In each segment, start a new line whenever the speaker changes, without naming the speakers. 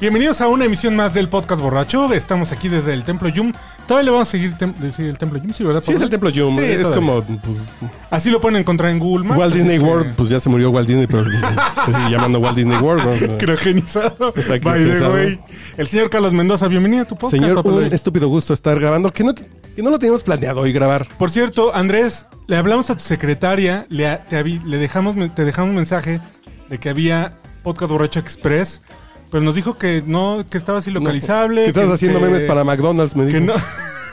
Bienvenidos a una emisión más del podcast borracho. Estamos aquí desde el Templo Yum. Todavía le vamos a seguir tem- decir el Templo Yum, sí, ¿verdad?
Sí, es el
Pablo?
Templo Yum.
Sí,
es
todavía.
como pues,
Así lo pueden encontrar en Google Maps. Este,
Walt
así
Disney
que-
World. Pues ya se murió Walt Disney, pero se se sigue llamando Walt Disney World. ¿no?
Criogenizado.
Está
By the
criogenizado.
way. El señor Carlos Mendoza, bienvenido a tu podcast.
Señor,
papá.
un estúpido gusto estar grabando que no, te- que no lo teníamos planeado hoy grabar.
Por cierto, Andrés, le hablamos a tu secretaria, le, a- te, avi- le dejamos, me- te dejamos un mensaje de que había podcast borracho express, pero nos dijo que no, que estaba así localizable.
Que estabas haciendo
que-
memes para McDonald's, me dijo.
que no,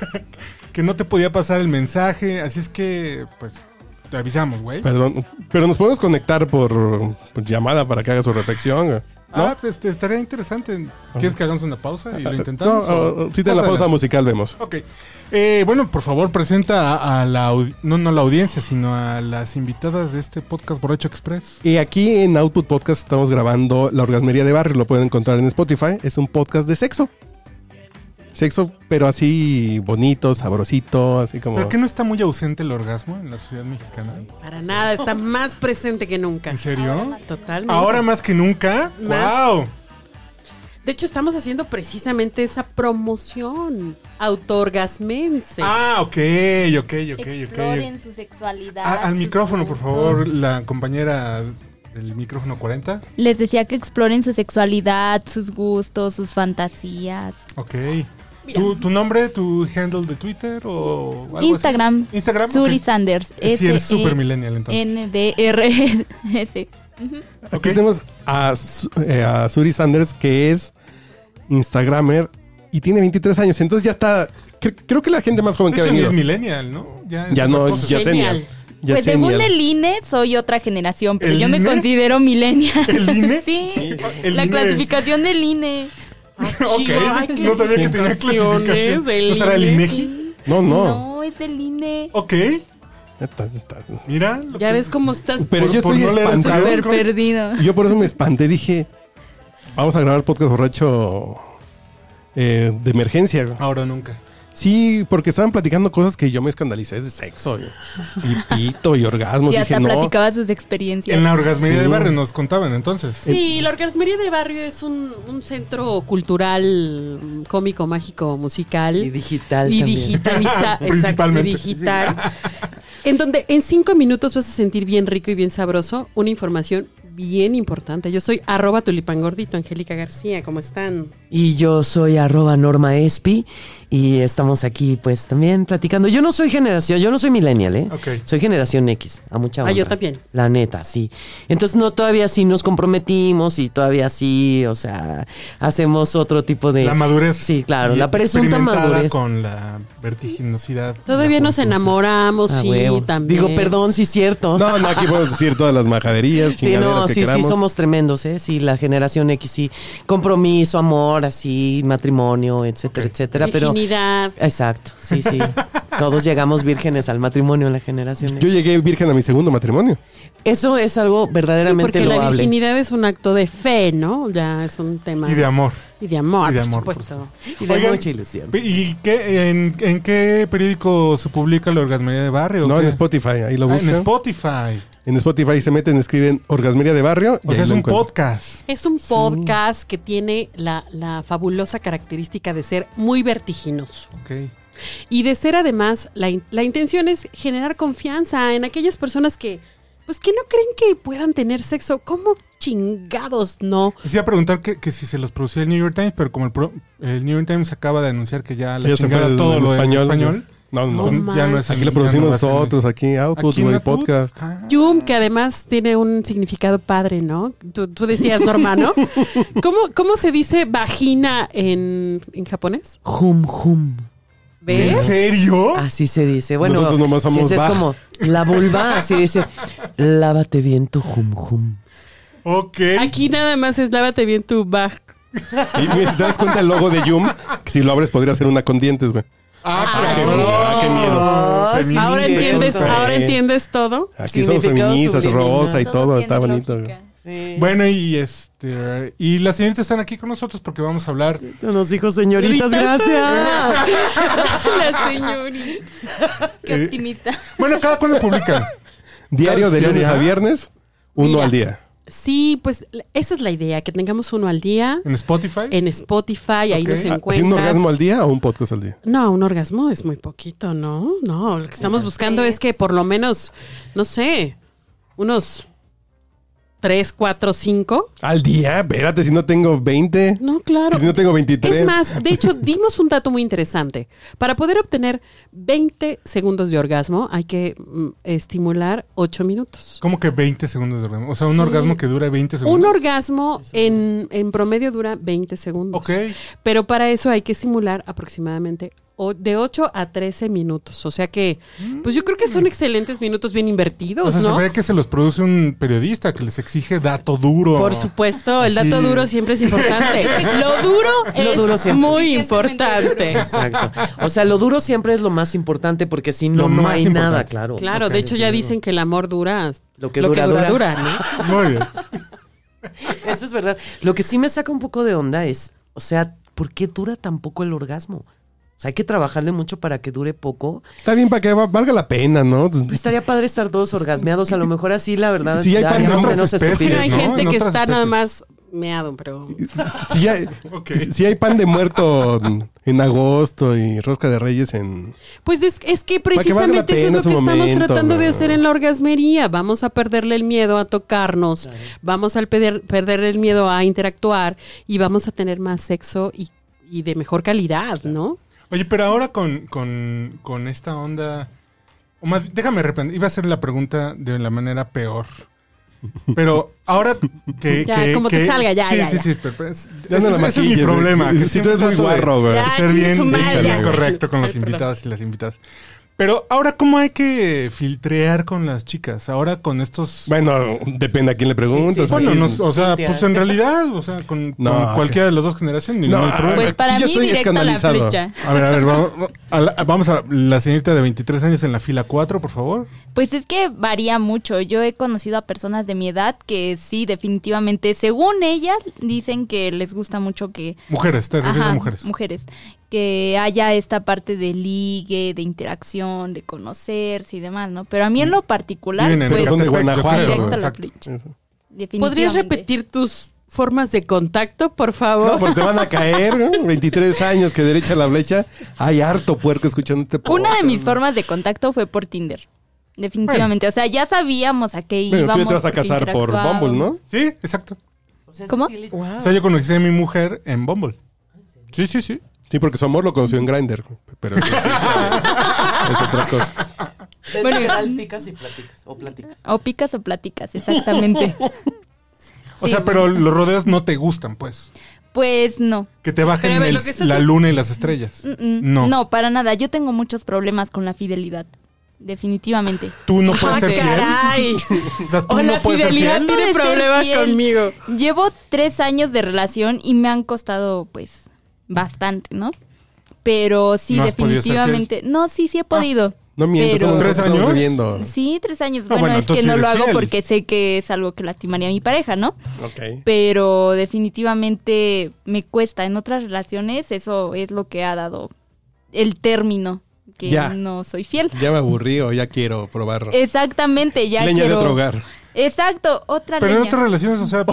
que no te podía pasar el mensaje, así es que, pues, te avisamos, güey.
Perdón. Pero nos podemos conectar por, por llamada para que haga su reflexión. ¿no?
Ah, pues este, estaría interesante. ¿Quieres que hagamos una pausa y lo
No,
intentamos?
ah, ah, sí, te la
Más
pausa
adelante.
musical vemos.
Ok. Eh, bueno, por favor, presenta a, a la, audi- no, no a la audiencia, sino a las invitadas de este podcast Borracho Express.
Y aquí en Output Podcast estamos grabando La Orgasmería de Barrio. Lo pueden encontrar en Spotify. Es un podcast de sexo. Sexo, pero así bonito, sabrosito, así como.
¿Pero que no está muy ausente el orgasmo en la sociedad mexicana?
Para nada, está más presente que nunca.
¿En serio?
Totalmente.
Ahora más que nunca.
Más.
¡Wow!
De hecho, estamos haciendo precisamente esa promoción. Autorgasmense.
Ah, ok, ok, ok, ok.
Exploren su sexualidad.
A- Ah, al
sus
micrófono, por
gustos.
favor, la compañera del micrófono 40.
Les decía que exploren su sexualidad, sus gustos, sus fantasías.
Ok.
Mira.
¿Tu, tu nombre, tu handle de Twitter o algo así?
Instagram.
Instagram.
Suri
ok.
Sanders. E
Sí, eres super millennial entonces.
N-D-R-S.
Aquí
Ok.
tenemos a, Su- eh, a Suri Sanders, que es Instagramer y tiene 23 años. Entonces ya está. cre- creo que la gente más joven
De
que ha
hecho, ni es
venido.
millennial, ¿no? es otra
Ya no,
cosa.
ya
Genial.
senior. Ya
Pues según
senior.
el INE, soy otra generación, pero
¿El
yo me
INE?
considero millennial.
¿El INE?
Sí.
El E.
la
INE.
clasificación del E. INE.
Ok, no sabía que tenía clasificación. ¿No será el INEGI?
No, no.
No, es del E. INE.
Ok,
Está- está-
mira. lo
Ya
que-
ves cómo estás.
Pero
Por-
yo
por
estoy
no leer el
espantado.
Perdón,
Súper
¿cómo?
perdido.
Yo por eso me espanté. Dije, vamos a grabar podcast borracho eh, de emergencia.
Ahora nunca.
Sí, porque estaban platicando cosas que yo me escandalicé de sexo y, y pito y orgasmo.
Y
dije,
hasta
no.
platicaba sus experiencias.
En la orgasmería
Sí.
de barrio nos contaban entonces.
Sí, la Orgasmería de Barrio es un, un centro cultural, mm, cómico, mágico, musical.
Y digital
Y
también.
digitaliza- exacto, y
Principalmente.
digital. En donde en cinco minutos vas a sentir bien rico y bien sabroso una información bien importante. Yo soy arroba tulipangordito, Angélica García, ¿cómo están?
Y yo soy arroba Norma Espi y estamos aquí pues también platicando. Yo no soy generación, yo no soy millennial, ¿eh?
Ok.
Soy generación X, a mucha
Ah, yo
honra.
también.
La neta, sí. Entonces no, todavía sí nos comprometimos y todavía sí, o sea, hacemos otro tipo de...
La madurez.
Sí, claro,
y
la presunta
experimentada
madurez.
con la vertiginosidad.
Todavía
La
nos
juventud.
enamoramos,
Ah,
Oh, sí,
huevo.
también.
Digo, perdón, sí es cierto.
No, no, aquí podemos decir todas las majaderías,
Sí,
chingaderas
no,
que
sí, sí,
queramos.
somos tremendos, ¿eh? Sí, la generación X, sí. Compromiso, amor, así, matrimonio, etcétera, etcétera. Pero.
Virginidad.
Exacto, sí, sí. Todos llegamos vírgenes al matrimonio, la generación
Yo
X.
llegué virgen a mi segundo matrimonio.
Eso es algo
Sí,
verdaderamente
porque la
loable.
virginidad es un acto de fe, ¿no? Ya es un tema.
Y de amor.
Y de amor,
Y de
por
amor, por
supuesto.
Y de
Oigan,
mucha ilusión.
¿Y qué, en, en qué periódico se publica la orgasmería de barrio? o
No, en
qué?
Spotify, ahí lo
Ah,
buscan.
en
en,
Spotify.
Spotify se meten, escriben Orgasmería de Barrio. y
O sea,
ahí
es
lo
un
encuentran.
podcast.
Es un podcast que tiene la, la fabulosa característica de ser muy vertiginoso.
Ok.
Y de ser además, la, in- la intención es generar confianza en aquellas personas que, pues que no creen que puedan tener sexo. ¿Cómo chingados no?
Quisiera preguntar que, que si se los producía el New York Times, pero como el, pro- el New York Times acaba de anunciar que ya la
Ya se fue
chingada
el-
todo
el
lo español,
español.
español
No, no.
pues
No
ya no es
Aquí
así,
lo producimos
ya no va a ser-
nosotros, aquí Output,
Aquí en
güey,
Output.
podcast.
Ah,
Yum, que además tiene un significado padre, ¿no? Tú, tú decías, Norma, ¿no? ¿Cómo, ¿Cómo se dice vagina en, en japonés?
Hum, hum.
¿En
¿Ves?
serio?
Así se dice. Bueno,
Nosotros nomás
sí,
somos
es
baj.
como la vulva, así dice. Lávate bien tu hum, hum.
Ah. Ok.
Aquí nada más es lávate bien tu bag.
Y mira, si te das cuenta el logo de Yum, que si lo abres podría ser una con dientes, güey.
Ah,
Ah, qué
cabrón.
miedo, ah, qué miedo.
Ah, sí,
Ahora
sí,
entiendes,
tonto.
ahora entiendes todo.
Aquí somos
Significado
feministas,
subliminal.
rosa y todo,
tiene
está bonito.
lógica.
güey.
Sí.
Bueno, y este. Y las señoritas están aquí con nosotros porque vamos a hablar.
Nos dijo señoritas,
Señoritas.
gracias.
La señorita.
Eh,
Qué optimista.
Bueno, cada cuándo publican.
Diario de
Claro, sí,
lunes a
¿verdad?
viernes, uno
Mira.
al día.
Sí, pues esa es la idea, que tengamos uno al día
En Spotify.
en Spotify, ahí
Mm. Ok.
nos
Ah,
¿Así un
encuentras.
pues, orgasmo al día o un podcast al día?
No, un orgasmo es muy poquito, ¿no? No, lo que estamos buscando es que por lo menos, no sé, unos 3, 4, 5.
¿Al día? Espérate, si no tengo 20.
No, claro.
Si no tengo 23.
Es más, de hecho, dimos un dato muy interesante. Para poder obtener 20 segundos de orgasmo, hay que mm, estimular 8 minutos.
Como que 20 segundos de orgasmo. O sea, un
Sí.
orgasmo que dura 20
Un
segundos.
orgasmo en, en promedio dura 20 segundos.
Ok.
Pero para eso hay que estimular aproximadamente o- de 8 a 13 minutos. O sea que, pues yo creo que son excelentes minutos bien invertidos,
Mm. O sea,
¿no?
se ve que se los produce un periodista que les exige dato duro.
Por supuesto, el dato
Así.
duro siempre es importante. Lo duro
Lo
es
duro siempre.
muy importante.
Exacto. O sea, lo duro siempre es lo más importante porque si no,
Lo
no
más
hay
importante.
nada, claro.
Claro, de hecho ya dicen que el amor dura
Lo que dura, dura.
¿no?
Muy bien.
Eso es verdad. Lo que sí me saca un poco de onda es, o sea, ¿por qué dura tan poco el orgasmo? O sea, hay que trabajarle mucho para que dure poco. Pues
Está bien para que va- valga la pena, ¿no?
Estaría padre estar todos orgasmeados, a lo mejor así, la verdad.
Sí, hay
ya
para
haríamos
otras
menos
especies,
Pero hay
estupidez.
¿no?
gente
En
que
otras
está nada
especies.
más meado, pero
Si, ya-
Ok.
si hay pan de muerto en- en agosto y rosca de reyes en...
pues es, es que
valga la
precisamente eso es
pena
lo
su
que estamos
momento,
tratando de
¿no?
hacer en la orgasmería. Vamos a perderle el miedo a tocarnos, vamos a perder, perderle el miedo a interactuar y vamos a tener más sexo y, y de mejor calidad, ¿no?
Oye, pero ahora con, con, con esta onda. O más, déjame arrepentir. Iba a hacer la pregunta de la manera peor. Pero ahora que.
Ya,
que-
como
que-
te salga, ya,
Sí,
ya,
sí,
ya.
sí. pero- pero es-
Ya
ese,
no la
es- ese es mi
maquilles, güey.
problema. que
Si tú
siempre
eres muy
trato de
guarro, güey.
Ya,
Ser
Ah, chingue su
bien,
madre,
bien
ya.
correcto con
Ay,
los
perdón.
invitados y las invitadas. Pero ahora, ¿cómo hay que filtrear con las chicas? Ahora con estos.
Bueno, depende a quién le preguntas.
sí, sí.
Bueno,
Pues aquí-
no, o sea,
Cintia.
pues en realidad, o sea, con,
No,
con
ok.
cualquiera de las dos generaciones, ningún
No,
problema.
Pues para
aquí yo
mí
soy
directa la
escandalizado.
flecha.
A ver, a ver, vamos a, la, vamos a la señorita de 23 años en la fila 4, por favor.
Pues es que varía mucho. Yo he conocido a personas de mi edad que sí, definitivamente, según ellas, dicen que les gusta mucho que...
Mujeres, te refieres
Ajá,
a mujeres.
Que haya esta parte de ligue, de interacción, de conocerse y demás, ¿no? Pero a mí en lo particular,
Viven en
pues,
Pero son de
Catepec, yo
Guanajuato.
creo,
directo
güey.
a la
Exacto.
flecha.
Eso.
definitivamente.
¿Podrías repetir tus formas de contacto, por favor?
No, porque te van a caer, ¿no? 23 años que derecha la flecha. Hay harto puerco escuchando este
Una de
podcast.
mis formas de contacto fue por Tinder. Definitivamente. O sea, ya sabíamos a qué
Bueno,
íbamos.
tú ya te vas a
porque
casar por
interactuábamos.
Bumble, ¿no?
Sí, exacto.
O sea,
¿Cómo?
sí le-
O sea, yo conocí a mi mujer en Bumble. Sí, sí, sí.
Sí, porque su amor lo conoció en Grindr. Pero es otra cosa.
Bueno,
literal, picas y platicas, o platicas.
O picas o platicas, exactamente.
O sea,
Sí.
pero los rodeos no te gustan, pues.
Pues no.
Que te bajen
Pero a ver,
el-
lo que estás-
la luna y las estrellas.
Mm,
No.
No, para nada. Yo tengo muchos problemas con la fidelidad. Definitivamente.
Tú no
Ah,
puedes ser fiel.
caray.
O sea, tú
O la
no puedes ser
fidelidad
fiel.
Trato
tiene
de ser
problemas
fiel.
conmigo.
Llevo tres años de relación y me han costado, pues, bastante, ¿no? Pero sí,
¿No has podido ser
definitivamente. No, sí, sí he podido.
Ah, No mientes,
Pero-
somos
¿Tres
estamos
años?
viviendo.
Sí, tres años.
Ah,
bueno,
bueno,
es que
entonces
no lo
eres
hago
fiel.
porque sé que es algo que lastimaría a mi pareja, ¿no?
Ok.
Pero definitivamente me cuesta. En otras relaciones eso es lo que ha dado el término, que
Ya.
no soy fiel.
Ya me aburrí o ya quiero probar
Exactamente, ya
leña de
quiero-
otro hogar.
Exacto, otra
Pero en
leña.
otras relaciones, o sea,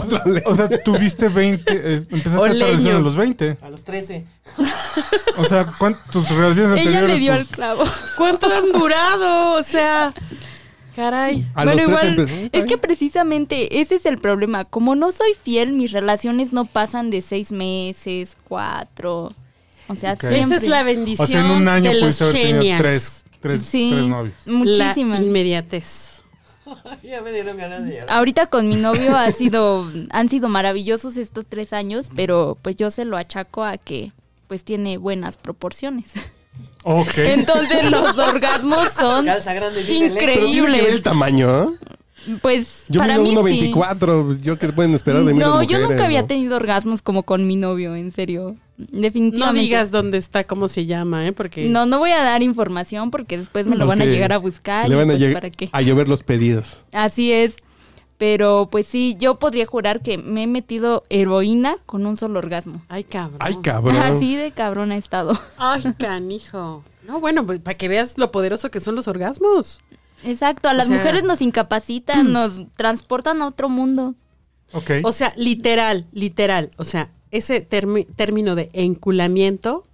o sea tuviste 20, eh, empezaste
O
esta relación
leño.
a los 20.
A los 13.
O sea, ¿cuántas tus relaciones
Ella
anteriores?
le dio al
pues,
clavo.
¿Cuánto han durado? O sea, caray.
Ah.
A
bueno,
los tres
igual,
empezó-
es que precisamente ese es el problema. Como no soy fiel, mis relaciones no pasan de seis meses, cuatro. O sea,
Ok.
siempre.
Esa es la
pues, O
bendición
sea, en un año
de los
pudiste haber tenido
genias.
tres, tres,
Sí,
tres novios.
muchísimas.
La inmediatez.
Ya me dieron ganas de llorar.
Ahorita con mi novio ha sido, han sido maravillosos estos tres años, pero pues yo se lo achaco a que pues tiene buenas proporciones.
Ok.
Entonces los orgasmos son
Calza grande y vive lejos.
Pero tiene que ver el
increíbles.
tamaño, ¿eh?
Pues
Yo
para
mido
mí sí.
1.24, yo qué pueden esperar de mí.
No,
las
yo nunca
mujeres,
había
no?
tenido orgasmos como con mi novio, en serio.
No
Definitivamente.
digas dónde está, cómo se llama, ¿eh? Porque
No, no voy a dar información porque después me lo van a
Porque
llegar a buscar.
Le
y
van a,
pues,
llegar
¿para qué?
a llover los pedidos.
Así es. Pero pues sí, yo podría jurar que me he metido heroína con un solo orgasmo.
Ay, cabrón.
Ay, cabrón.
Así de cabrón ha estado.
Ay, canijo. No, bueno, pues, para que veas lo poderoso que son los orgasmos.
Exacto, a las
sea-
mujeres nos incapacitan, nos transportan a otro mundo.
Ok.
O sea, literal, literal. O sea, ese termi- término de enculamiento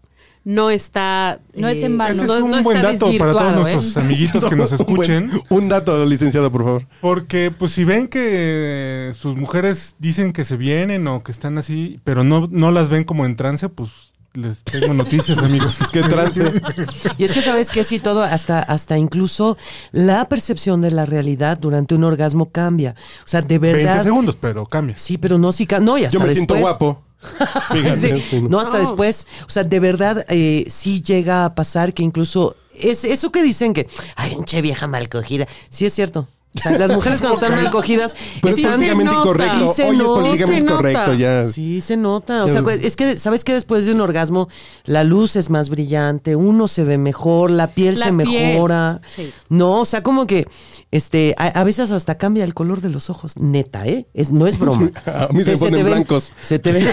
no está. eh,
No es en vano.
Ese
no-
es un
no
buen
está
dato para todos
desvirtuado, ¿eh?
nuestros amiguitos que nos
Un
escuchen.
buen- Un dato, licenciado, por favor.
Porque, pues, si ven que sus mujeres dicen que se vienen o que están así, pero no, no las ven como en trance, pues les tengo noticias, amigos.
Es que trance.
Y es que sabes que sí, todo, hasta, hasta incluso la percepción de la realidad durante un orgasmo cambia. O sea, de
20
verdad.
segundos, pero cambia.
Sí, pero no, sí, ca- no, y hasta
Yo me siento
después.
guapo. Fíjate.
Sí, No, hasta
No.
después. O sea, de verdad, eh, sí llega a pasar que incluso. Es eso que dicen que. Ay, pinche vieja mal cogida. Sí, es cierto. O sea, las mujeres cuando están mal cogidas.
Pero
Sí
es
se
están,
políticamente
nota.
incorrecto.
Sí se
Hoy es
nota.
políticamente
Sí se
correcto
nota.
ya.
Sí, se nota. O
Ya-
sea, pues, es que, ¿sabes que Después de un orgasmo, la luz es más brillante, uno se ve mejor, la piel
La
se
piel.
mejora.
Sí.
No, o sea, como que este, a, a veces hasta cambia el color de los ojos. Neta, ¿eh? Es, no es broma.
A mí se
Que
me ponen
te ven-
blancos.
Se te ven.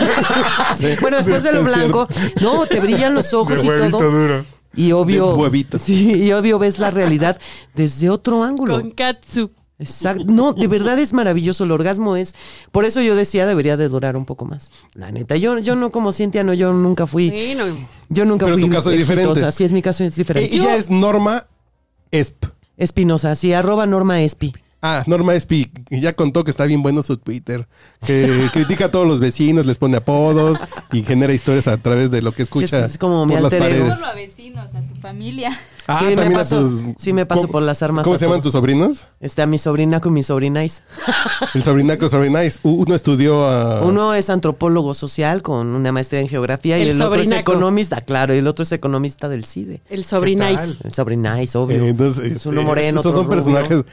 Sí.
bueno, después de lo
Es
blanco,
cierto.
no, te brillan los ojos y todo.
duro.
Y obvio.
De huevito.
Sí, y obvio ves la realidad desde otro ángulo.
Con Katsu.
Exacto. No, de verdad es maravilloso. El orgasmo es. Por eso yo decía debería de durar un poco más. La neta, yo, yo no como Cintia, no, yo nunca fui.
Bueno,
Yo nunca
Pero
fui.
tu caso es
exitosa.
diferente.
Sí, es mi caso es diferente.
Y ya Eh, es Norma Esp.
Espinosa, sí, arroba Norma Espi.
Ah, Norma Espi ya contó que está bien bueno su Twitter, que critica a todos los vecinos, les pone apodos y genera historias a través de lo que
que
escucha.
es como mi
por las
alter ego.
paredes.
Solo a vecinos, a su familia.
Ah,
Sí, me
también a
paso-
tus-
sí, me paso
¿cómo-
por las armas
¿Cómo
a
se llaman
todo.
tus sobrinos?
Está mi sobrina con mi sobrinais.
El sobrinaco, sobrinais. U- Uno estudió a...
Uno es antropólogo social con una maestría en geografía y
El
el otro es
sobrinaco.
economista, claro, y el otro es economista del CIDE.
el sobrinais.
tal?
El sobrinais, obvio.
Eh, entonces,
es uno
eh,
moreno.
Estos
otro
son
rubio.
personajes,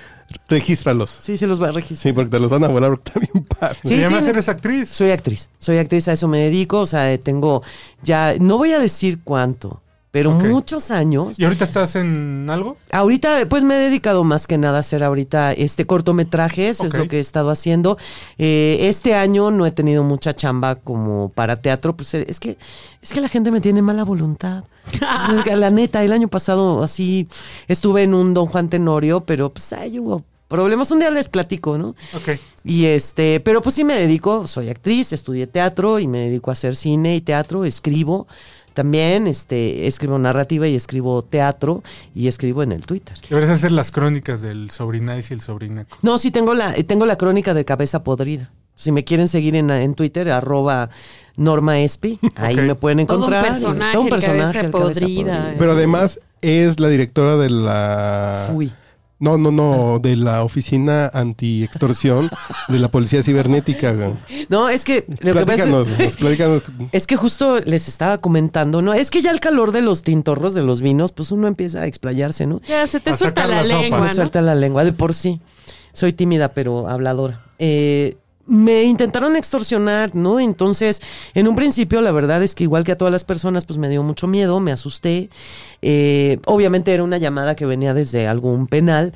regístralos.
Sí, se los va a registrar.
Sí, porque te los van a volar porque está bien padre.
Sí,
y además
sí, me-
eres actriz.
Soy actriz, soy actriz, a eso me dedico, o sea, eh, tengo ya, no voy a decir cuánto, pero
Ok.
muchos años.
¿Y ahorita estás en algo?
Ahorita, pues me he dedicado más que nada a hacer ahorita este cortometrajes,
Ok.
es lo que he estado haciendo. Eh, este año no he tenido mucha chamba como para teatro, pues eh, es que, es que la gente me tiene mala voluntad. Entonces, es que, la neta, el año pasado así estuve en un Don Juan Tenorio, pero pues ahí hubo problemas. Un día les platico, ¿no?
Ok.
Y este, pero pues sí me dedico, soy actriz, estudié teatro y me dedico a hacer cine y teatro, escribo también, este, escribo narrativa y escribo teatro y escribo en el Twitter.
Deberías hacer las crónicas del sobrinais y el sobrinaco.
No, sí tengo la, tengo la crónica de cabeza podrida. Si me quieren seguir en, en Twitter, arroba Norma Espi, ahí
Ok.
me pueden
Todo un
encontrar.
personaje, el Cabeza
el Cabeza
Podrida.
Pero además es la directora de la...
Uy.
No, no, no, de la oficina anti-extorsión de la policía cibernética. güey.
No, es que lo que pasa-
Platícanos, nos platícanos.
Es que justo les estaba comentando, ¿no? Es que ya el calor de los tintorros, de los vinos, pues uno empieza a explayarse, ¿no?
Ya se te
A
suelta
sacar
la
la sopa.
Se me
lengua, ¿no?
suelta la lengua de por sí. Soy tímida, pero habladora. Eh, me intentaron extorsionar, ¿no? Entonces, en un principio, la verdad es que igual que a todas las personas, pues me dio mucho miedo, me asusté. Eh, obviamente era una llamada que venía desde algún penal.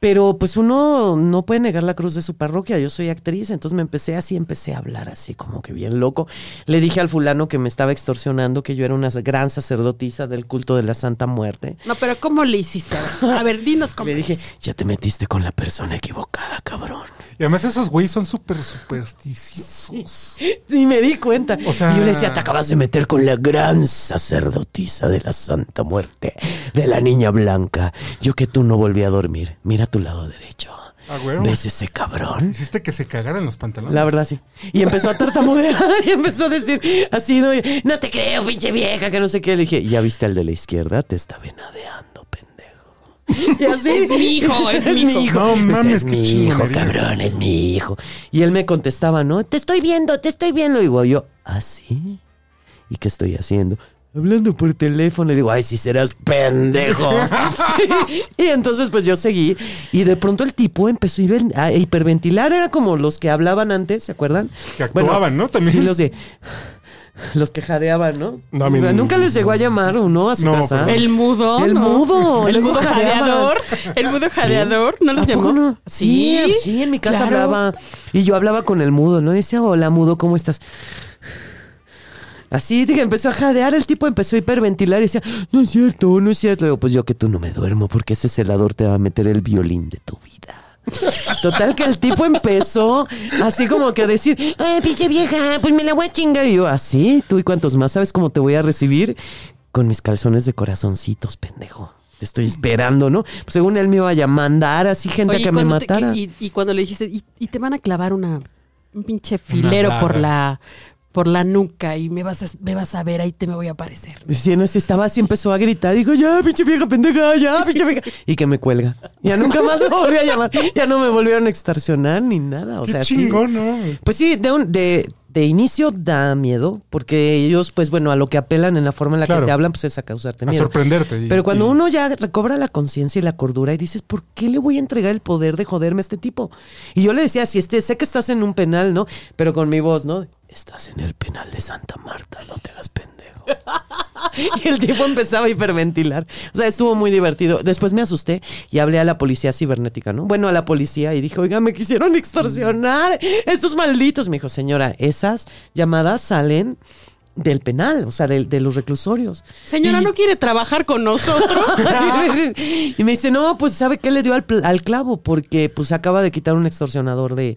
Pero pues uno no puede negar la cruz de su parroquia. Yo soy actriz, entonces me empecé así, empecé a hablar así como que bien loco. Le dije al fulano que me estaba extorsionando que yo era una gran sacerdotisa del culto de la Santa Muerte.
No, pero ¿cómo le hiciste? A ver, dinos cómo.
Le dije, ya te metiste con la persona equivocada, cabrón.
Y además esos güeyes son súper supersticiosos.
Y me di cuenta.
O sea-
y yo le decía, te acabas de meter con la gran sacerdotisa de la Santa Muerte, de la Niña Blanca. Yo que tú no volví a dormir. Mira tu lado derecho.
Ah, güey.
¿Ves ese cabrón?
Hiciste que se cagaran los pantalones.
La verdad, sí. Y empezó a tartamudear y empezó a decir así, no, no te creo, pinche vieja, que no sé qué. Le dije, ya viste al de la izquierda, te está venadeando, pendejo. Y así.
Es mi hijo, es mi hijo.
No
Pues
mames,
es
qué
mi hijo,
chingonería.
cabrón, es mi hijo. Y él me contestaba, ¿no? Te estoy viendo, te estoy viendo. Y digo yo, ¿ah, sí? ¿Y qué estoy haciendo? hablando por teléfono. Y digo, ay, si serás pendejo. y entonces, pues yo seguí. Y de pronto el tipo empezó a hiper- a hiperventilar. Era como los que hablaban antes, ¿se acuerdan?
Que actuaban, ¿no? También.
Sí, los de. Los que jadeaban, ¿no?
No, a mí
O sea,
no.
nunca les llegó a llamar uno a su
No,
casa.
pero-
El mudo.
Ah. El
¿no?
mudo,
El
luego
mudo
jadeaban.
jadeador. El mudo jadeador. ¿No los
¿A poco
llamó?
no? Sí, sí, en mi casa
claro.
hablaba. Y yo hablaba con el mudo, ¿no? Decía, hola, mudo, ¿cómo estás? Así, dije, empezó a jadear, el tipo empezó a hiperventilar y decía, no es cierto, no es cierto. Le digo, pues yo que tú no me duermo porque ese celador te va a meter el violín de tu vida. Total que el tipo empezó así como que a decir, ay, pinche vieja, pues me la voy a chingar. Y yo, así, tú y cuantos más sabes cómo te voy a recibir con mis calzones de corazoncitos, pendejo. Te estoy esperando, ¿no? Pues según él me iba a mandar así gente
Oye,
a que
y
me
cuando te-
matara.
y, y cuando le dijiste, y, y te van a clavar una, un pinche filero
Una
por
daga.
la por la nuca y me vas a, me vas a ver, ahí te me voy a aparecer.
Sí, no, sí, estaba así, empezó a gritar. Dijo, ya, pinche vieja pendeja, ya, pinche vieja. Y que me cuelga. Ya nunca más me volvió a llamar. Ya no me volvieron a extorsionar ni nada. O
Qué
sea, sí.
chingón, ¿no?
Pues sí, de, un- de, de inicio da miedo, porque ellos, pues bueno, a lo que apelan en la forma en la
Claro.
que te hablan, pues es a causarte
A
miedo.
sorprenderte. y-
Pero cuando
y-
uno ya recobra la conciencia y la cordura y dices, ¿por qué le voy a entregar el poder de joderme a este tipo? Y yo le decía, si este, sé que estás en un penal, ¿no? Pero con mi voz, ¿no? Estás en el penal de Santa Marta, no te hagas pendejo. Y el tipo empezaba a hiperventilar. O sea, estuvo muy divertido. Después me asusté y hablé a la policía cibernética, ¿no? Bueno, a la policía y dije, oiga, me quisieron extorsionar. Estos malditos. Me dijo, señora, esas llamadas salen del penal, o sea, del- de, los reclusorios.
Señora,
Y-
¿no quiere trabajar con nosotros?
y me dice, no, pues ¿sabe qué le dio al, pl- al clavo? Porque pues acaba de quitar un extorsionador de,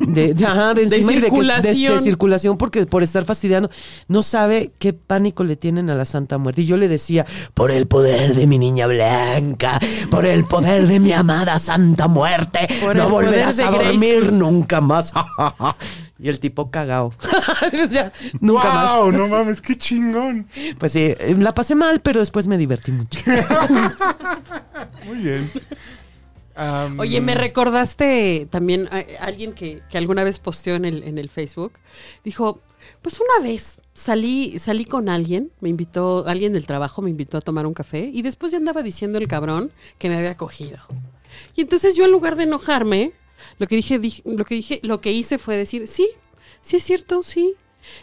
de, de- ajá, de
De
encima y de, que- de- de
circulación.
circulación porque por estar fastidiando. No sabe qué pánico le tienen a la Santa Muerte. Y yo le decía, por el poder de mi niña blanca, por el poder de mi amada Santa Muerte,
Por
no
el poder
volverás
de
a
Grace".
dormir nunca más. y el tipo cagao. O sea, nunca más.
¡Wow! No mames, qué chingón.
Pues sí, eh, la pasé mal, pero después me divertí mucho.
Muy bien. Am,
Oye,
Mm.
me recordaste también a, a alguien que, que alguna vez posteó en el, en el Facebook. Dijo, pues una vez salí, salí con alguien, me invitó, alguien del trabajo me invitó a tomar un café y después ya andaba diciendo el cabrón que me había cogido. Y entonces yo en lugar de enojarme, lo que dije, dij- lo que dije, lo que hice fue decir, sí, sí es cierto, sí.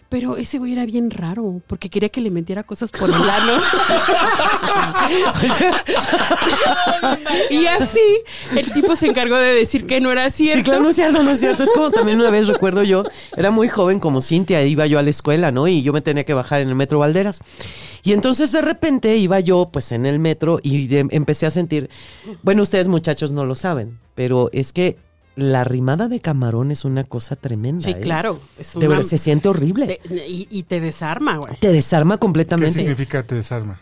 Pero ese güey era bien raro, porque quería que le metiera cosas por el ano. y así el tipo se encargó de decir que no era cierto.
Sí, claro, no es cierto, no es cierto. Es como también una vez recuerdo yo, era muy joven como Cintia, iba yo a la escuela, ¿no? Y yo me tenía que bajar en el metro Valderas. Y entonces de repente iba yo pues en el metro y de- empecé a sentir, bueno, ustedes muchachos no lo saben, pero es que la rimada de camarón es una cosa tremenda.
Sí,
¿eh?
claro. Es
De
una-
verdad, se siente horrible.
te- y, y te desarma, güey.
te desarma
¿Qué
completamente.
significa te desarma?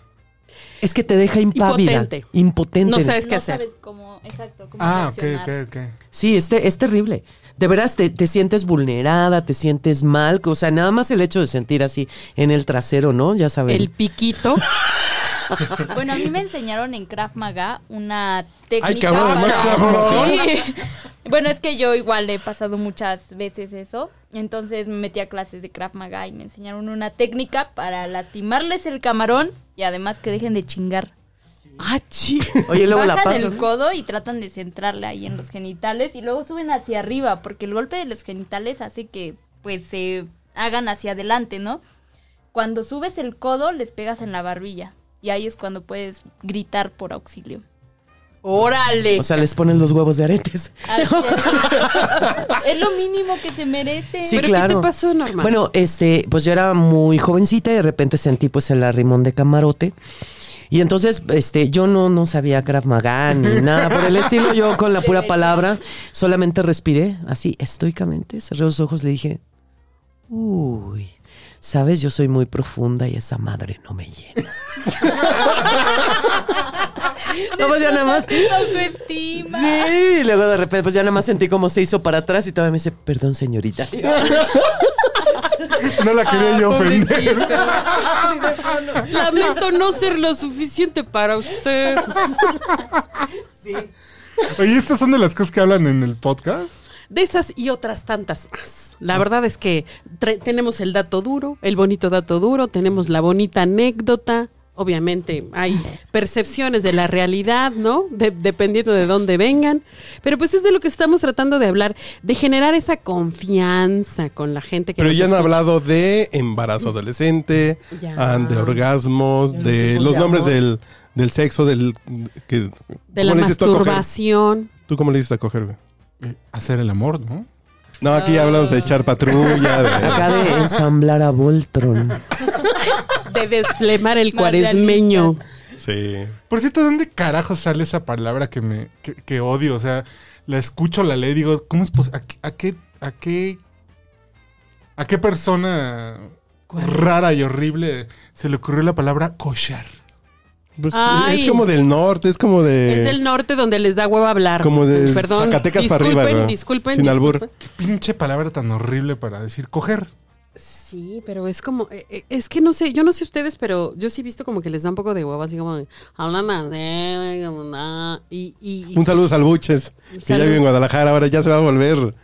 Es que te deja impávida.
Impotente.
Impotente.
No sabes qué
no
hacer.
sabes cómo, exacto, cómo
Ah, ok,
reaccionar.
ok, ok.
Sí, es, te- es terrible. De veras, te, te sientes vulnerada, te sientes mal. O sea, nada más el hecho de sentir así en el trasero, ¿no? Ya saben.
El piquito.
Bueno, a mí me enseñaron en Krav Maga una técnica.
Ay, cabrón, más cabrón.
Sí. Bueno, es que yo igual he pasado muchas veces eso. Entonces me metí a clases de Krav Maga y me enseñaron una técnica para lastimarles el camarón y además que dejen de chingar.
Ah, chi. Oye, luego la
Bajan
paso.
el codo y tratan de centrarle ahí en los genitales y luego suben hacia arriba porque el golpe de los genitales hace que pues se hagan hacia adelante, ¿no? Cuando subes el codo les pegas en la barbilla y ahí es cuando puedes gritar por auxilio.
Órale.
O sea, les ponen los huevos de aretes.
Así es. es lo mínimo que se merece.
Sí,
¿Pero qué
claro.
te pasó, Norma?
Bueno, este, pues yo era muy jovencita y de repente sentí pues el arrimón de camarote. Y entonces, este, yo no, no sabía Krav Maga ni nada por el estilo. Yo con la pura palabra solamente respiré así estoicamente, cerré los ojos, le dije, uy, sabes, yo soy muy profunda y esa madre no me llena. No, pues ya nada más.
Tu autoestima.
Sí, y luego de repente, pues ya nada más sentí como se hizo para atrás y todavía me dice, perdón, señorita.
No la quería
Ah,
yo ofender.
Lamento no ser lo suficiente para usted.
Oye, ¿estas son de las cosas que hablan en el podcast?
De esas y otras tantas más. La verdad es que tre- tenemos el dato duro, el bonito dato duro, tenemos la bonita anécdota. Obviamente hay percepciones de la realidad, ¿no? De- dependiendo de dónde vengan. Pero pues es de lo que estamos tratando de hablar, de generar esa confianza con la gente que
Pero
nos
ya han
escucha.
hablado de
Mm.
embarazo adolescente,
Ya.
ah, de orgasmos,
De los
de
tipos
los
de
nombres
amor.
del, del sexo, del... Que,
De la
¿cómo le dices tú a coger?
masturbación.
¿Tú cómo le dices a coger, güey?
Eh, Hacer el amor, ¿no?
No, aquí ya hablamos de echar patrulla, de...
Ah. Acá de ensamblar a Voltron.
de desflemar el
Más
cuaresmeño.
Sí.
Por cierto, ¿dónde carajo sale esa palabra que me que, que odio? O sea, la escucho, la leo y digo, ¿cómo es posible? ¿A, qué a qué a qué persona rara y horrible se le ocurrió la palabra cochar?
Pues,
Ay.
es como del norte, es como de...
Es el norte donde les da hueva hablar.
como de
Perdón,
Zacatecas para
disculpen,
arriba, güey.
Disculpen,
Sin
disculpen.
albur.
Qué pinche palabra tan horrible para decir coger.
Sí, pero es como, eh, eh, es que no sé, yo no sé ustedes, pero yo sí he visto como que les da un poco de hueva, así como de, hablan así, como, nah, y, y, y-
Un saludo al Buches, que ya
saludo.
vive en Guadalajara, ahora ya se va a volver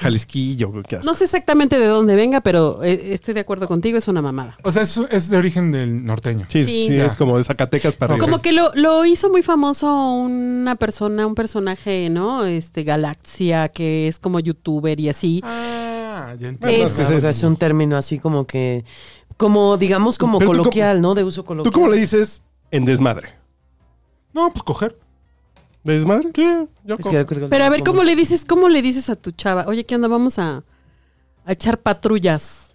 Jalisquillo, güey, qué asco.
no sé exactamente de dónde venga, pero eh, estoy de acuerdo contigo, es una mamada.
O sea, es, es de origen del norteño.
Sí,
Sí.
sí,
Ya.
es como de Zacatecas para arriba.
Como que lo, lo hizo muy famoso una persona, un personaje, ¿no? Este, Galaxia, que es como youtuber y así.
Ah, ya entiendo.
Bueno,
Es-
que
O sea,
se-
es un término así como que, como digamos como
Pero tú
coloquial, ¿no? De uso
¿Tú
coloquial.
cómo le dices en desmadre?
No, pues coger.
¿De desmadre? Sí, yo
Es
co-
que yo creo que
Pero a
es
ver,
como-
¿cómo le dices, cómo le dices a tu chava? Oye, ¿qué onda? Vamos a, a echar patrullas.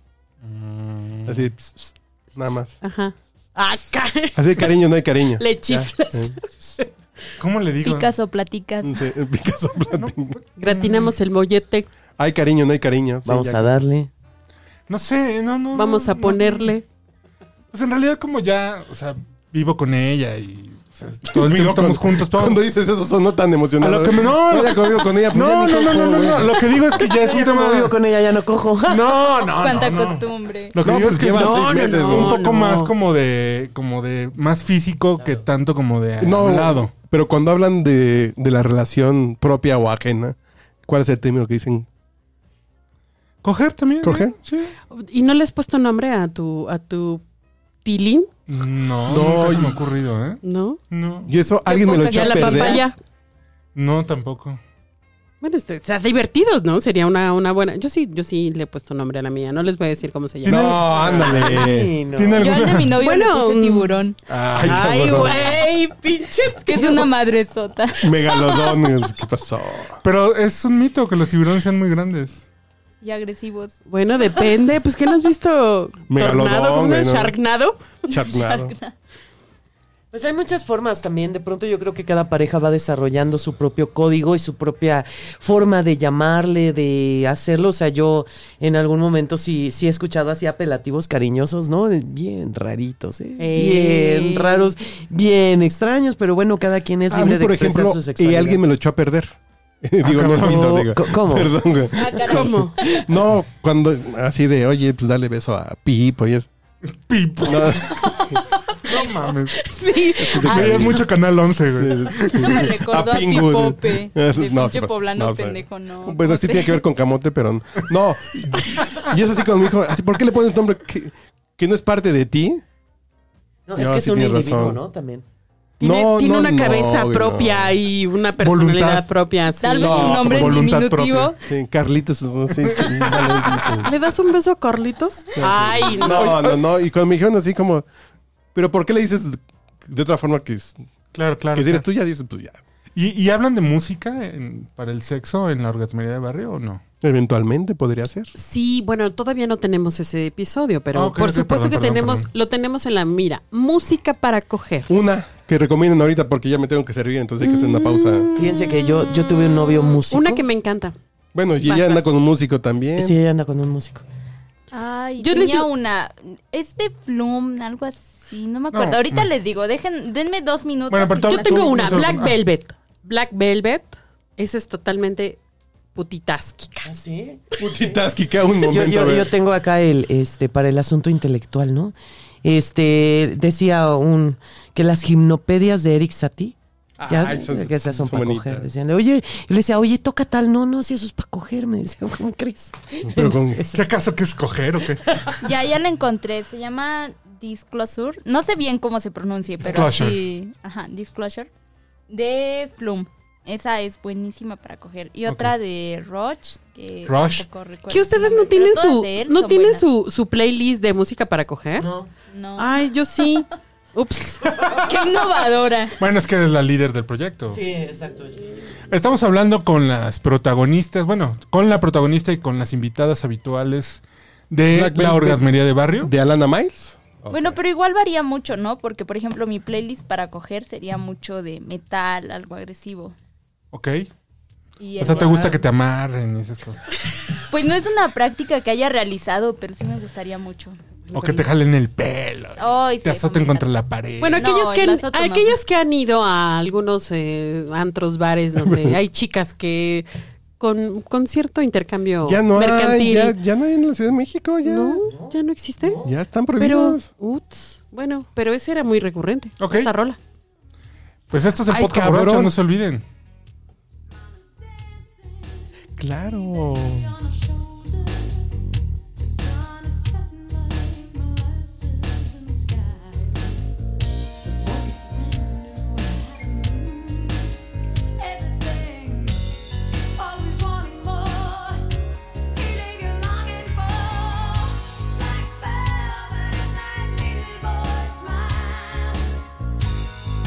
Así, ps, ps, nada más.
Ajá. Acá.
Así de cariño, no hay cariño.
Le chiflas.
¿Cómo le digo?
Picas o platicas.
Sí, Picasso Platín.
Gratinamos el mollete.
Hay cariño, no hay cariño. Sí,
Vamos
ya.
a darle.
No sé, no, no.
Vamos
no,
a
no,
ponerle.
Pues en realidad como ya, o sea, vivo con ella y o sea, todo el
Conmigo
tiempo estamos
cuando-
juntos. todo-
Cuando dices eso sonó tan
A
emocionado.
lo que me- no,
no,
lo-
ya conmigo con ella. pues ya
No,
ni
no, no,
cojo,
no, no,
güey.
no. Lo que digo es que ya es un
Ya como
tema.
vivo con ella, ya no cojo.
No, no,
Cuánta
no, no.
costumbre.
Lo que
No,
digo
pues
es que
lleva
no,
seis
no,
meses,
no, un
¿no?
poco
No.
más como de, como de más físico que tanto como de
No,
hablado.
pero cuando hablan de, de la relación propia o ajena, ¿cuál es el término que dicen?
Coger también.
¿Coger?
¿no? Sí.
¿Y no le has puesto nombre a tu a tu tilín?
No,
No,
nunca se me
y-
ha ocurrido, ¿eh?
¿No?
No,
Y eso alguien me lo
poca-
echó
Ya
a
la
perder.
papaya.
no tampoco.
Bueno, este, se ha divertido, ¿no? Sería una, una buena. Yo sí, yo sí le he puesto nombre a la mía. No les voy a decir cómo se llama.
No, ándale.
Ay, no.
¿Tiene
Yo al
alguna?
de mi novio
Bueno,
le puse
mm.
tiburón,
Ay,
Ay,
cabrón.
güey, pinches.
que es una madre sota.
Megalodón, ¿qué pasó?
Pero es un mito que los tiburones sean muy grandes.
Y agresivos.
Bueno, depende. Pues, ¿qué no has visto?
Megalodón,
¿Tornado? ¿Cómo se llama?
güey, ¿no?
¿Sharknado?
Charnado.
Pues hay muchas formas también. De pronto yo creo que cada pareja va desarrollando su propio código y su propia forma de llamarle, de hacerlo. O sea, yo en algún momento sí, sí he escuchado así apelativos cariñosos, ¿no? De- Bien raritos, ¿eh?
Eh.
Bien raros, bien extraños, pero bueno, cada quien es
A
libre
mí,
de
por
expresar
ejemplo,
su
y
sexualidad.
alguien me lo echó a perder. digo, no,
cabrón.
no, digo.
¿Cómo? ¿Cómo?
Perdón, güey.
Ah, caray.
¿Cómo?
No, cuando así de, oye, pues dale beso a Pipo y es.
Pipo.
No,
No mames.
Sí.
Te
Ay,
es mucho Canal 11, güey.
Eso me recordó a,
Pingu,
Pipope.
¿no?
De
No,
pinche
pues,
poblano
no,
pendejo, no.
Bueno, sí tiene que ver con camote, pero no. no. Y es así cuando me dijo, así, ¿por qué le pones nombre que, que no es parte de ti? No,
No, es que es
sí
un
tienes
individuo,
razón.
¿no? También.
Tiene,
No,
tiene
no,
una
no,
cabeza
güey,
propia
no.
y una personalidad
Voluntad.
propia. sí.
Tal vez
No,
un nombre en
voluntad
diminutivo.
Sí, Carlitos, no sé.
¿Le das un beso a Carlitos? Ay, no.
No, no, no. Y cuando me dijeron así como, ¿pero por qué le dices de otra forma que, es-
Claro, claro.
que si eres
claro.
tú ya dices, pues ya,
¿Y, y hablan de música en- para el sexo en la orgasmería de barrio o no?
eventualmente podría ser?
Sí, bueno, todavía no tenemos ese episodio, pero
Ah, ok,
por
ok,
supuesto
perdón,
que
perdón,
tenemos,
perdón.
lo tenemos en la mira. Música para coger.
Una que recomienden ahorita porque ya me tengo que servir, entonces hay que hacer una pausa.
Mm.
Fíjense que yo, yo tuve un novio músico.
Una que me encanta.
Bueno, y
Vas,
ella anda
vas.
con un músico también.
Sí, ella anda con un músico.
Ay,
Yo
yo
les
tenía
digo-
una. Es de Flum, algo así. No me acuerdo.
No,
Ahorita
no.
les digo, dejen, denme dos minutos.
Bueno, pero
y
tú-
yo
Yo tengo
tú-
una,
tú-
Black
ah.
Velvet. Black Velvet, esa es totalmente putitásquica.
¿Ah, sí?
Putitásquica un momento.
Yo, yo-
a ver.
yo tengo acá el, este, para el asunto intelectual, ¿no? Este, decía un, que las gimnopedias de Eric Satie Ya,
Ay, Ah, esas
que esas son,
son
para
bonitas.
coger. Decían, oye, yo le decía, oye, toca tal. No, no, si eso es para coger. Me decían, ¿cómo crees?
Pero con-
¿Qué acaso que escoger o qué?
Ya, ya la encontré. Se llama Disclosure. No sé bien cómo se pronuncie, pero
Disclosure.
sí. Ajá, Disclosure. De Flum. Esa es buenísima para coger. Y otra de Roche. Que
Roche.
tampoco recuerdo
Que ustedes
su
no
nombre, pero
tienen
todas
su
de él
no
son
tienen
buenas.
su, su playlist de música para coger.
No.
Ay, yo sí. Ups.
¡Qué innovadora!
Bueno, es que eres la líder del proyecto.
Sí, exacto.
Estamos hablando con las protagonistas, bueno, con la protagonista y con las invitadas habituales de
Black
la
Velvet.
orgasmería de barrio.
¿De Alana Miles?
Bueno, pero igual varía mucho, ¿no? Porque, por ejemplo, mi playlist para coger sería mucho de metal, algo agresivo.
ok.
Y
O sea,
algo-
te gusta que te amarren y esas cosas.
Pues no es una práctica que haya realizado, pero sí me gustaría mucho.
O que te jalen el pelo.
Ay, sí,
te azoten
me
contra
encanta.
la pared.
Bueno,
No,
aquellos, que
el
han,
azoto no.
aquellos que han ido a algunos eh, antros, bares donde hay chicas que con, con cierto intercambio
Ya no hay,
mercantil.
ya, ya no hay en la Ciudad de México, ya.
no, ya no existe.
Ya están
pero,
prohibidos.
uts, bueno, pero ese era muy recurrente.
Ok.
Esa rola.
pues esto es el
Ay,
podcast
cabrón.
borracho, no se olviden.
Claro.
on her shoulder. The sun is setting like molasses in the sky. The boy could sing knew I had a moon. Everything, always wanting more. He leave you longing for. Black velvet and that little boy smile.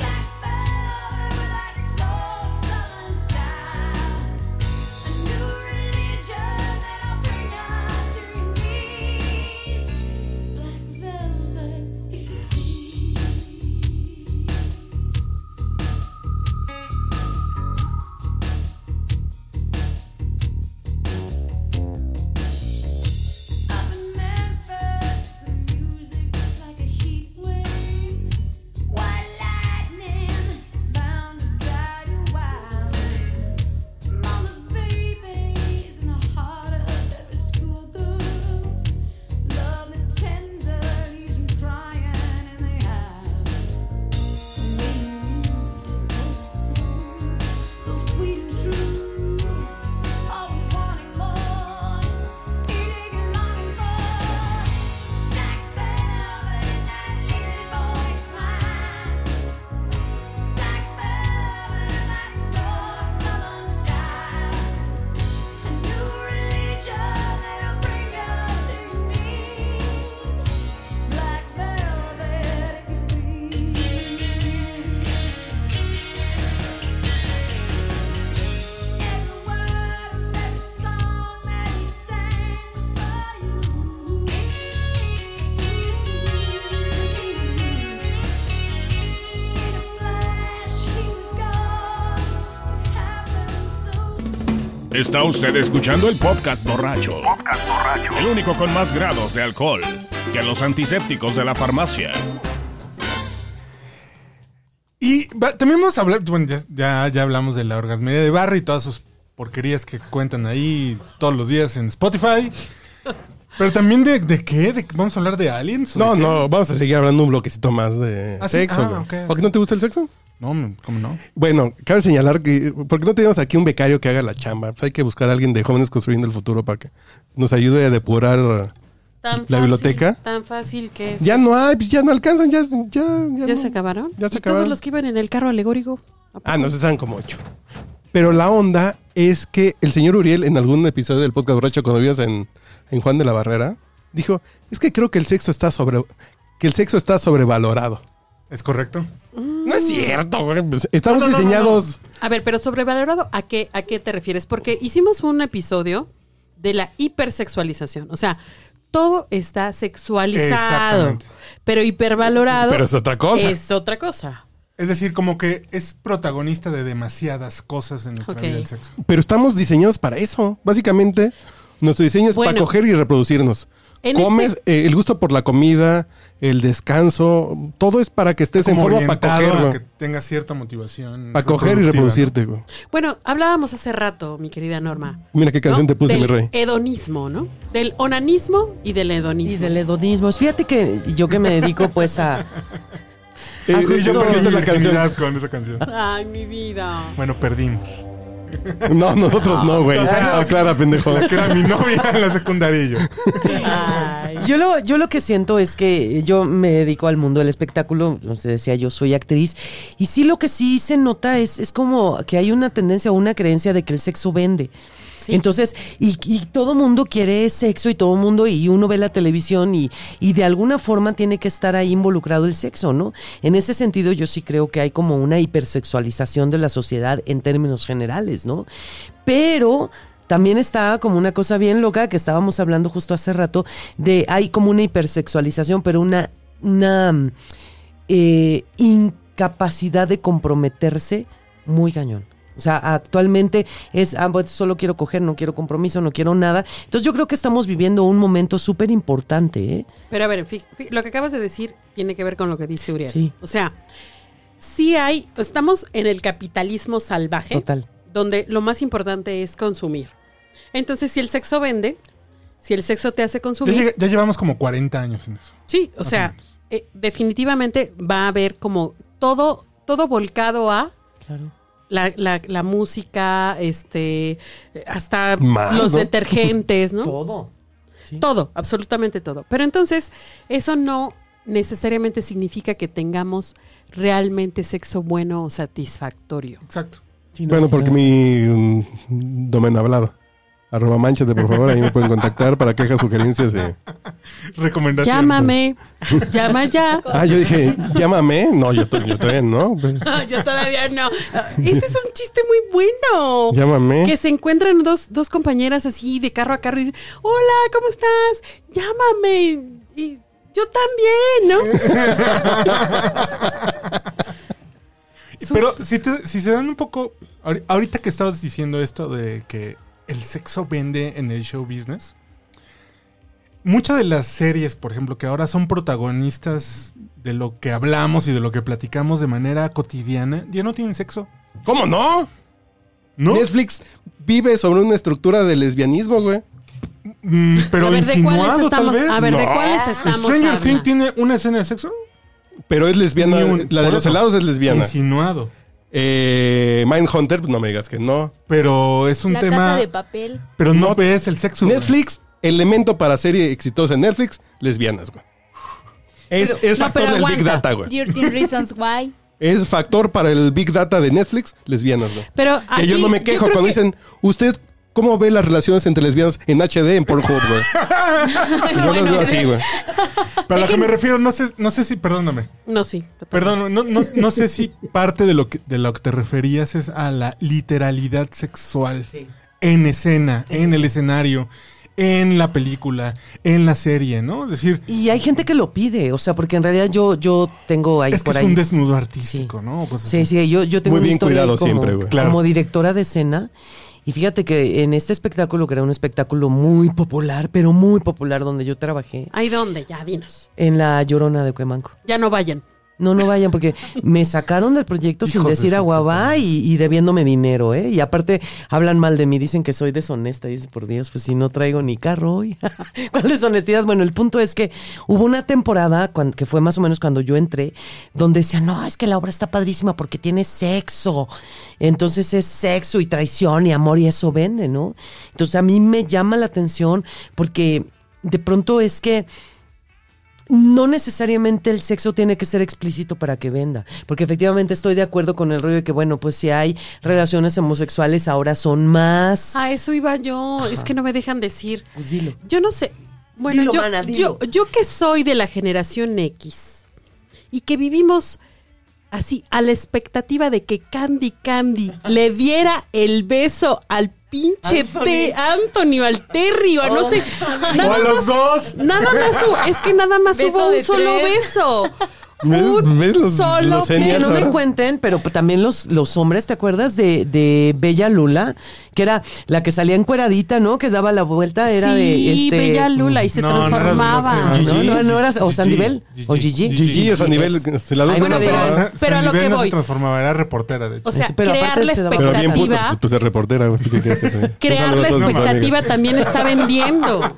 Black velvet with that slow southern style. A new religion that'll bring you to your knees. Black velvet, if you please. Up in Memphis, the music's like a heat wave. White lightning, bound to drive you wild. Mama's babies in the heart of every schoolgirl. Love me tender, leaves me crying in the aisle. Made a song so sweet and true. Always wanting more, eating and longing for. Black velvet and that little boy smile. Black velvet and that slow southern style. A new religion that'll bring you to your knees. Black velvet, if you please. Every word, every song that he sang was for you. In a flash, he was gone. It happened so
Está usted escuchando el podcast borracho. El único con más grados de alcohol que los antisépticos de la farmacia.
Y va- también vamos a hablar, bueno, ya, ya, ya hablamos de la orgasmería de barrio y todas sus porquerías que cuentan ahí todos los días en Spotify. Pero también de, de qué, de- vamos a hablar de aliens. o de
No,
qué?
no, vamos a seguir hablando un bloquecito más de
Ah, sí,
sexo.
ah,
güey.
ok, ok.
¿Por qué no te gusta el sexo?
No, me- ¿cómo no?
Bueno, cabe señalar que, porque no tenemos aquí un becario que haga la chamba. Pues hay que buscar a alguien de jóvenes construyendo el futuro para que nos ayude a depurar.
Tan
¿La biblioteca?
Tan fácil que es.
Ya no hay, pues ya no alcanzan, ya, ya, ya
¿Ya
no.
se acabaron?
Ya se
¿Y
acabaron.
todos los que iban en el carro alegórico?
Ah, no, se saben como ocho. Pero la onda es que el señor Uriel, en algún episodio del podcast borracho, cuando vivías en, en Juan de la Barrera, dijo: Es que creo que el sexo está sobre. que el sexo está sobrevalorado.
¿Es correcto? Mm.
No es cierto, güey. pues, Estamos diseñados.
A ver, pero sobrevalorado, ¿a qué, ¿a qué te refieres? Porque hicimos un episodio de la hipersexualización. O sea, todo está sexualizado.
Exactamente.
Pero hipervalorado.
Pero es otra cosa.
Es otra cosa.
Es decir, como que es protagonista de demasiadas cosas en nuestra
Ok.
vida el sexo.
Pero estamos diseñados para eso. Básicamente, nuestro diseño es para
Bueno.
coger y reproducirnos.
En este
Comes, eh, el gusto por la comida, el descanso, todo es para que estés en
Como
forma para
orientado
coger,
a
güey.
que tenga cierta motivación.
Para coger y
reproductiva,
reproducirte, güey.
Bueno, hablábamos hace rato, mi querida Norma.
Mira qué canción te puse,
del
mi rey.
Hedonismo, ¿no? Del onanismo y del hedonismo.
Y del hedonismo. Fíjate que yo que me dedico pues a,
Eh,
Ah,
yo
justo.
porque esa es la canción.
virginidad con esa canción.
Ay, mi vida.
Bueno, perdimos.
No, nosotros no, güey. Aclara, pendejo.
La que era mi novia en la secundaria y yo.
Yo lo, yo lo que siento es que yo me dedico al mundo del espectáculo, como se decía, yo soy actriz, y sí lo que sí se nota es, es como que hay una tendencia o una creencia de que el sexo vende. Entonces, y, y todo mundo quiere sexo y todo mundo, y uno ve la televisión y, y de alguna forma tiene que estar ahí involucrado el sexo, ¿no? En ese sentido yo sí creo que hay como una hipersexualización de la sociedad en términos generales, ¿no? Pero también estaba como una cosa bien loca que estábamos hablando justo hace rato de hay como una hipersexualización, pero una, una mm, eh, incapacidad de comprometerse muy cañón. O sea, actualmente es, ah, pues, solo quiero coger, no quiero compromiso, no quiero nada. Entonces yo creo que estamos viviendo un momento súper importante, ¿eh?
Pero a ver, fi- fi- lo que acabas de decir tiene que ver con lo que dice Uriel.
Sí.
O sea, sí hay, estamos en el capitalismo salvaje.
Total.
Donde lo más importante es consumir. Entonces, si el sexo vende, si el sexo te hace
Ya,
consumir,
llega- ya llevamos como 40 años en eso.
sí, o
Más o
sea,
menos.
eh, definitivamente va a haber como todo, todo volcado a
Claro.
la, la- la música, este, hasta
Más,
los
¿no?
detergentes, ¿no?
Todo. Sí.
Todo, absolutamente todo. Pero entonces, eso no necesariamente significa que tengamos realmente sexo bueno o satisfactorio.
Exacto.
Sí, no,
Bueno, porque
no.
mi mm, domen hablado. Arroba manchate, por favor, ahí me pueden contactar para quejas, sugerencias. eh.
Recomendación.
Llámame, llama ya.
Ah, yo dije, llámame. No, yo, to- yo también, ¿no?
Yo todavía no. Ese es un chiste muy bueno.
Llámame.
Que se encuentran dos, dos compañeras así de carro a carro y dicen, hola, ¿cómo estás? Llámame. Y yo también, ¿no?
Pero si, te- si se dan un poco. ahori- Ahorita que estabas diciendo esto de que el sexo vende en el show business, muchas de las series, por ejemplo, que ahora son protagonistas de lo que hablamos y de lo que platicamos de manera cotidiana, ya no tienen sexo.
¿Cómo no?
¿No?
Netflix vive sobre una estructura de lesbianismo, güey.
Mm, pero
a ver, ¿de cuáles
insinuado, tal
estamos?
vez.
A ver, ¿de
No.
cuáles estamos?
¿Stranger
habla?
Things tiene una escena de sexo?
Pero es lesbiana.
Ni un-
la de
por
los
eso.
helados es lesbiana.
Insinuado.
Eh, Mindhunter, pues no me digas que no.
Pero es un
la
tema.
casa de papel.
Pero no,
No.
ves el sexo. güey.
Netflix, elemento para serie exitosa en Netflix, lesbianas, güey. Es, es
no,
factor
pero
del Big
aguanta.
Data, güey.
13 Reasons Why.
Es factor para el Big Data de Netflix, lesbianas, güey.
Pero
Que yo
aquí-
no me
yo
quejo
creo
cuando
que-
dicen, ¿usted cómo ve las relaciones entre lesbianas en HD en Pornhub, güey? yo las veo así, güey.
Pero a lo que me refiero, no sé, no sé si, perdóname.
No, sí.
Perdón, no, no, no sé si parte de lo, que, de lo que te referías es a la literalidad sexual. En escena, en el escenario, en la película, en la serie, ¿no? Es decir,
Y hay gente que lo pide, o sea, porque en realidad yo, yo tengo ahí
es que
por
es
ahí.
un desnudo artístico, ¿no? O cosas
Sí,
así.
sí, yo, yo tengo
Muy
una
bien
historia ahí
cuidado
como,
siempre, güey.
Claro.
como directora de escena. Y fíjate que en este espectáculo, que era un espectáculo muy popular, pero muy popular, donde yo trabajé,
¿Ahí dónde? Ya, dinos.
en La Llorona de Cuemanco.
Ya no vayan.
No, no vayan, porque me sacaron del proyecto sin
Hijos de
decir
su
aguabá y, y debiéndome dinero, ¿eh? Y aparte hablan mal de mí, dicen que soy deshonesta. Y dices, por Dios, pues si no traigo ni carro hoy. ¿Cuál deshonestidad? Bueno, el punto es que hubo una temporada, cuan- que fue más o menos cuando yo entré, donde decían, no, es que la obra está padrísima porque tiene sexo. Entonces es sexo y traición y amor y eso vende, ¿no? Entonces a mí me llama la atención porque de pronto es que no necesariamente el sexo tiene que ser explícito para que venda, porque efectivamente estoy de acuerdo con el rollo de que, bueno, pues si hay relaciones homosexuales ahora son más...
A eso iba yo. Es que no me dejan decir.
Pues dilo.
Yo no sé. Bueno,
Dilo,
yo,
mana,
yo,
dilo.
yo que soy de la generación X y que vivimos así a la expectativa de que Candy Candy le diera el beso al pinche Te- Anthony o al Terry o a no sé.
O a
Nada,
los dos.
nada más hubo, es que nada más
Beso
hubo un
de
solo
tres.
beso.
¿Ves-
Un
ves los-
solo
los
Que
genial,
no me
¿verdad?
cuenten, pero pues también los, los hombres, ¿te acuerdas de, de Bella Lula? Que era la que salía encueradita, ¿no? Que daba la vuelta, era de...
sí,
Este,
Bella Lula y se
No, no era- no
transformaba.
sé,
No,
Gigi.
no, no era... O
Gigi,
Sandy Bell. O Gigi.
Gigi es a nivel... Las dos
Ay,
son
bueno,
las
pero-
bravas.
Sa-
pero a
San Nivel
lo que
no se
voy.
transformaba, era reportera, de hecho.
O sea,
Sí, pero
crear
aparte
la
se daba-
Pero bien puto,
expectativa.
pues, pues es reportera, güey. ¿Qué quieres que te diga?
crear
Un saludo
la
a todas mis
expectativa
amigas.
también está vendiendo.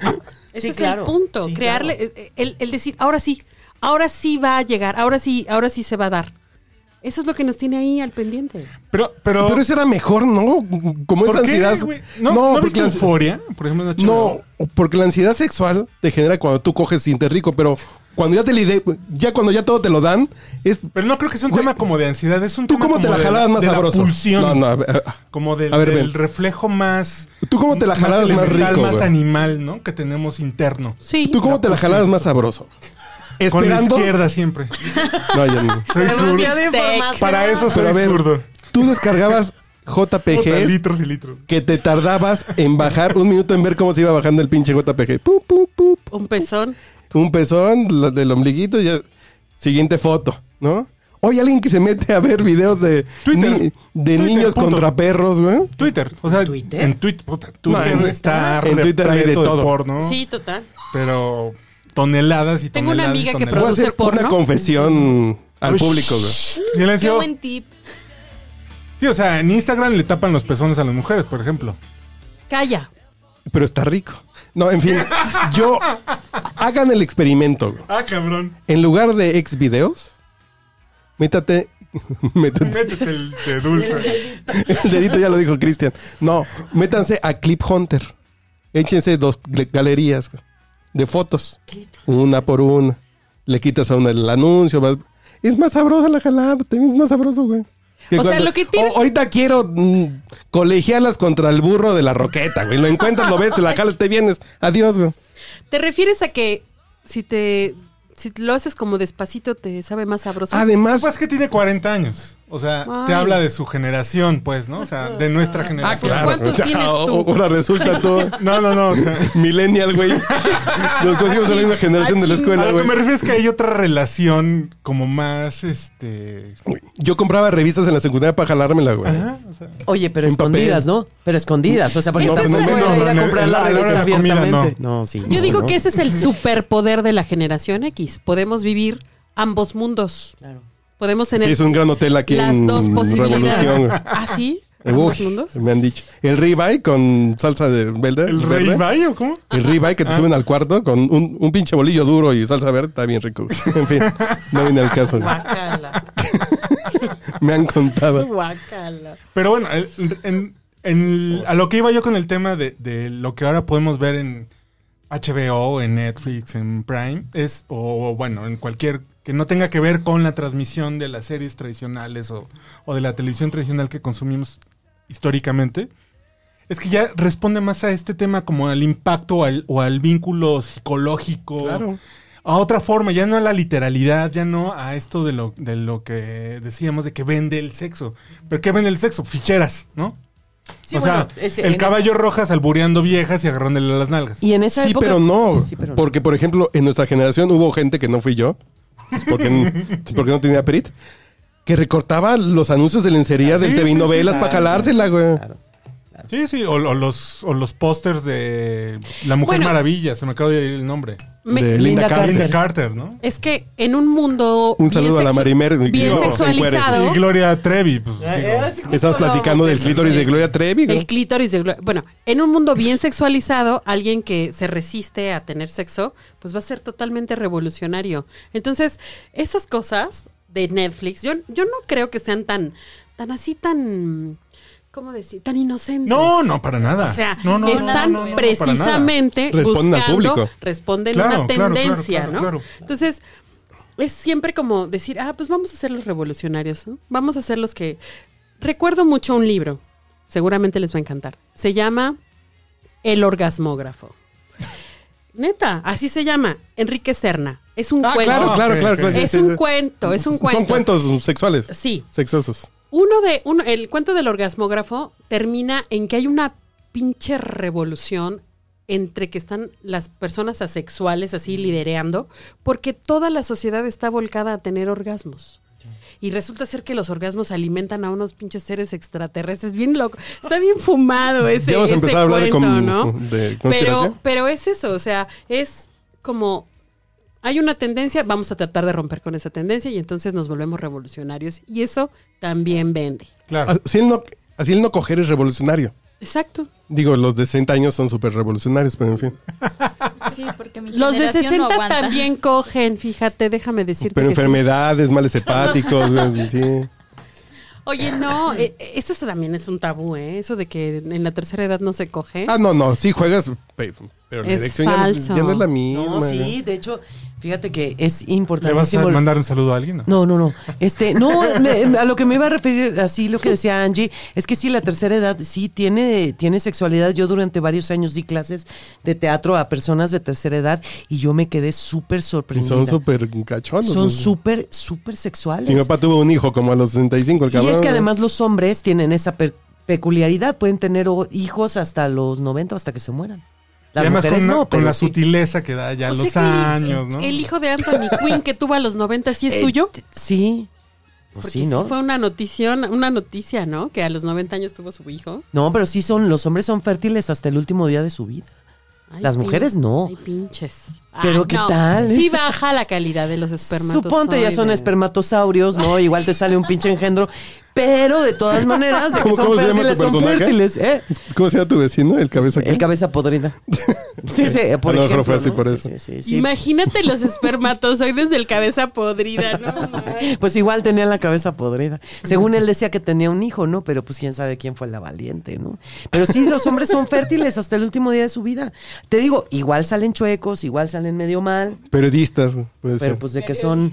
Ese
Sí,
es
claro.
el punto.
Sí,
Crearle, el, el decir, ahora sí, ahora sí va a llegar, ahora sí, ahora sí se va a dar. Eso es lo que nos tiene ahí al pendiente.
Pero, pero,
Pero eso era mejor, ¿no? Como
¿por
esa
qué,
ansiedad.
güey? No, ¿no viste
la ansi-
euforia, por ejemplo, en
No,
HBO?
porque la ansiedad sexual te genera cuando tú coges sin te rico, pero cuando ya te lide, ya cuando ya todo te lo dan, es
Pero no creo que sea un
Güey,
tema como de ansiedad, es un
tú
tema
cómo te
como
la
de
jalabas más
de la
sabroso.
pulsión.
No, no, a ver, a-
Como del,
A ver,
del
ven.
reflejo más.
¿Tú cómo te la jalabas más
elemental,
rico,
Más
güey?
animal, ¿no? Que tenemos interno.
Sí.
¿tú cómo te la jalabas más sabroso?
Con la
Esperando.
izquierda siempre.
No, ya no.
Soy zurdo.
Demasiada información.
Para eso soy
Pero a ver,
zurdo.
Tú descargabas
Puta,
JPGs
litros y litros.
que te tardabas en bajar un minuto en ver cómo se iba bajando el pinche JPG. Pu, pu, pu, pu.
Un pezón.
Un pezón, la del ombliguito, ya. Siguiente foto, ¿no? Hoy alguien que se mete a ver videos de,
Twitter.
ni- de
Twitter,
niños
punto.
contra perros, güey.
Twitter. O sea,
¿Twitter?
en Twitter. puta, Twitter
en-
está
en Twitter hay de
repleto
todo.
porno.
Sí, total.
Pero toneladas y toneladas.
Tengo una
y
amiga
Voy
que
a
toneladas.
produce
hacer
porno?
una confesión al
Uy,
público, güey.
Qué
Silencio.
buen tip.
Sí, o sea, en Instagram le tapan los pezones a las mujeres, por ejemplo.
Calla.
Pero está rico. No, en fin, yo hagan el experimento. güey.
Ah, cabrón.
En lugar de ex videos, métate, métate
Métete el de dulce.
el dedito ya lo dijo Cristian. No, métanse a Clip Hunter. Échense dos gle- galerías güey, de fotos, una por una. Le quitas a una el anuncio, vas- es más sabrosa la jalada, también es más sabroso, güey.
O sea, lo que tienes-
Oh, ahorita quiero mm, colegialas contra el burro de la roqueta, güey. Lo encuentras, lo ves, te la jalas, te vienes. Adiós, güey.
¿Te refieres a que si te si lo haces como despacito te sabe más sabroso?
Además,
Pues que tiene 40 años. O sea, te
Ay.
habla de su generación, pues, ¿no? O sea, de nuestra
Ah,
generación.
claro.
¿cuántos
güey.
tienes tú?
Ahora resulta tú
No, no, no. o sea,
millennial, güey. Los dos hijos de la
Ah,
misma generación de la
a
escuela,
lo que
güey.
me refiero es que hay otra relación como más, este...
Yo compraba revistas en la secundaria para jalármela, güey.
Ajá, o sea,
Oye, pero
En
escondidas, ¿no? Pero escondidas. O sea, porque
No,
estás
no, no,
fuera
no,
de ir
no,
a
no,
comprar
no,
la
no,
revista
no, no, comida,
abiertamente. No, sí.
Yo
no,
digo
no.
que ese es el superpoder de la generación X. Podemos vivir ambos mundos.
Claro.
Podemos tener
Sí, es un gran hotel aquí
las
en
dos
Revolución.
posibilidades.
güey.
¿Ah, sí? ¿Ambos
Uy,
mundos?
me han dicho. El ribeye con salsa de verde.
¿El Ah.
verde.
rey Ibai o cómo?
El ribeye que te suben al cuarto con un, un pinche bolillo duro y salsa verde. Está bien rico. güey. En fin, no viene al caso. güey.
Guácala,
Me han contado.
guácala.
Pero bueno, el- en- en- a lo que iba yo con el tema de, de lo que ahora podemos ver en HBO, en Netflix, en Prime, es, o bueno, en cualquier que no tenga que ver con la transmisión de las series tradicionales o, o de la televisión tradicional que consumimos históricamente, es que ya responde más a este tema como al impacto o al, o al vínculo psicológico
Claro.
a otra forma, ya no a la literalidad, ya no a esto de lo, de lo que decíamos de que vende el sexo. ¿Pero qué vende el sexo? Ficheras, ¿no?
Sí,
o
bueno,
sea,
ese- en
el
ese-
caballo rojas albureando viejas y agarrándole las nalgas.
Y en esa
Sí,
época-
pero no.
Sí, pero no.
Porque, por ejemplo, en nuestra generación hubo gente que no fui yo. Es porque, es porque no tenía perit. Que recortaba los anuncios de lencería del
sí,
TV
sí,
novelas
Ah, sí,
para
claro.
jalársela, güey.
Claro.
Sí, sí, o, o los, o los pósters de La Mujer
Bueno.
Maravilla, se me acaba de ir el nombre.
Me-
De Linda
Linda
Carter.
Carter.
Linda Carter, ¿no?
Es que en un mundo
Un
bien
saludo a la
sexu-
Marimer, mi
bien
querido
Y
sexualizado,
Gloria Trevi. pues,
Ah,
digo,
Estamos platicando del clítoris de Gloria Trevi, güey.
el clítoris de Gloria- Bueno, en un mundo bien sexualizado, alguien que se resiste a tener sexo, pues va a ser totalmente revolucionario. Entonces, esas cosas de Netflix, yo, yo no creo que sean tan, tan así, tan, ¿cómo decir? Tan inocentes.
no, no, para nada.
O sea,
Ah, No, no, no,
están
no, no, no, para nada.
precisamente
Responden al
buscando-
público.
responden
Claro,
una
claro, claro,
tendencia,
claro,
¿no?
claro.
Entonces, es siempre como decir, ah, pues vamos a ser los revolucionarios, ¿no? Vamos a ser los que... Recuerdo mucho un libro, seguramente les va a encantar. Se llama El orgasmógrafo. Neta, así se llama, Enrique Serna. Es un
Ah,
cuento.
claro,
Ah,
claro,
ok,
claro.
ok.
claro, sí,
Es
sí,
un
sí.
cuento, es un
Son
cuento.
cuentos sexuales.
Sí.
Sexosos.
Uno de uno, el cuento del orgasmógrafo termina en que hay una pinche revolución entre que están las personas asexuales así lidereando, porque toda la sociedad está volcada a tener orgasmos. Y resulta ser que los orgasmos alimentan a unos pinches seres extraterrestres. Bien loco. Está bien fumado ese,
Ya vamos a
ese
empezar a hablar de
cuento,
con-
¿no?
de conspiración.
pero, pero es eso. O sea, es como hay una tendencia, vamos a tratar de romper con esa tendencia y entonces nos volvemos revolucionarios. Y eso también vende.
Claro.
Ah, Así el no, así el no coger es revolucionario.
Exacto.
Digo, los de 60 años son súper revolucionarios, pero en fin.
Sí, porque mi
Los de
generación no
60
aguanta.
también cogen, fíjate, déjame decirte.
Pero
que sí.
enfermedades, males hepáticos, güey, sí.
Oye, no, eh, eh, eso es- también es un tabú, ¿eh? Eso de que en la tercera edad no se coge.
Ah, no, no, sí juegas, pe- pero la
Es
dirección ya, no-
falso.
ya no es la misma. ¿eh?
No, sí, de hecho, fíjate que es
eh. ¿Le vas a
importantísimo.
mandar un saludo a alguien? No.
No, no, no. Este, no, me- a lo que me iba a referir, así lo que decía Angie, es que sí, la tercera edad sí tiene, tiene sexualidad. Yo durante varios años di clases de teatro a personas de tercera edad y yo me quedé súper
Y
sorprendida.
son súper cachones.
Son súper, súper sexuales.
Mi papá tuvo un hijo como a los 65, el
Y
cabrón.
es que
¿no?
además los hombres tienen esa per- peculiaridad, pueden tener o- hijos hasta los 90 o hasta que se mueran.
Y
Las
además
mujeres
con,
no,
con
pero
la
sí.
sutileza que da ya
O
los
sea que el-
años, ¿no?
El hijo de Anthony Quinn que tuvo a los 90, ¿sí es suyo?
Eh, t- sí. Pues
Porque
sí, ¿no?
fue una noticia, una noticia, ¿no? Que a los 90 años tuvo su hijo.
No, pero sí son, los hombres son fértiles hasta el último día de su vida.
Ay,
Las mujeres no.
Ay, pinches.
Pero
Ay,
¿qué tal, eh?
Sí baja la calidad de los espermatozoides.
Suponte ya son espermatosaurios, ¿no? Igual te sale un pinche engendro, pero de todas maneras, de que
¿Cómo-
son
cómo se llama tu
fértiles, son
personaje?
fértiles, ¿eh?
¿Cómo se llama tu vecino? El cabeza Eh, ah,
El
que
cabeza podrida. Sí, sí, por
A lo mejor
ejemplo,
fue así
¿no?
por
Sí,
eso.
sí, sí, sí.
Imagínate los espermatozoides del cabeza podrida, ¿no? Ay,
Pues igual tenía la cabeza podrida. Según él decía que tenía un hijo, ¿no? Pero pues quién sabe quién fue la valiente, ¿no? Pero sí, los hombres son fértiles hasta el último día de su vida. Te digo, igual salen chuecos, igual salen medio mal,
Periodistas, puede
pero
ser.
pues de que son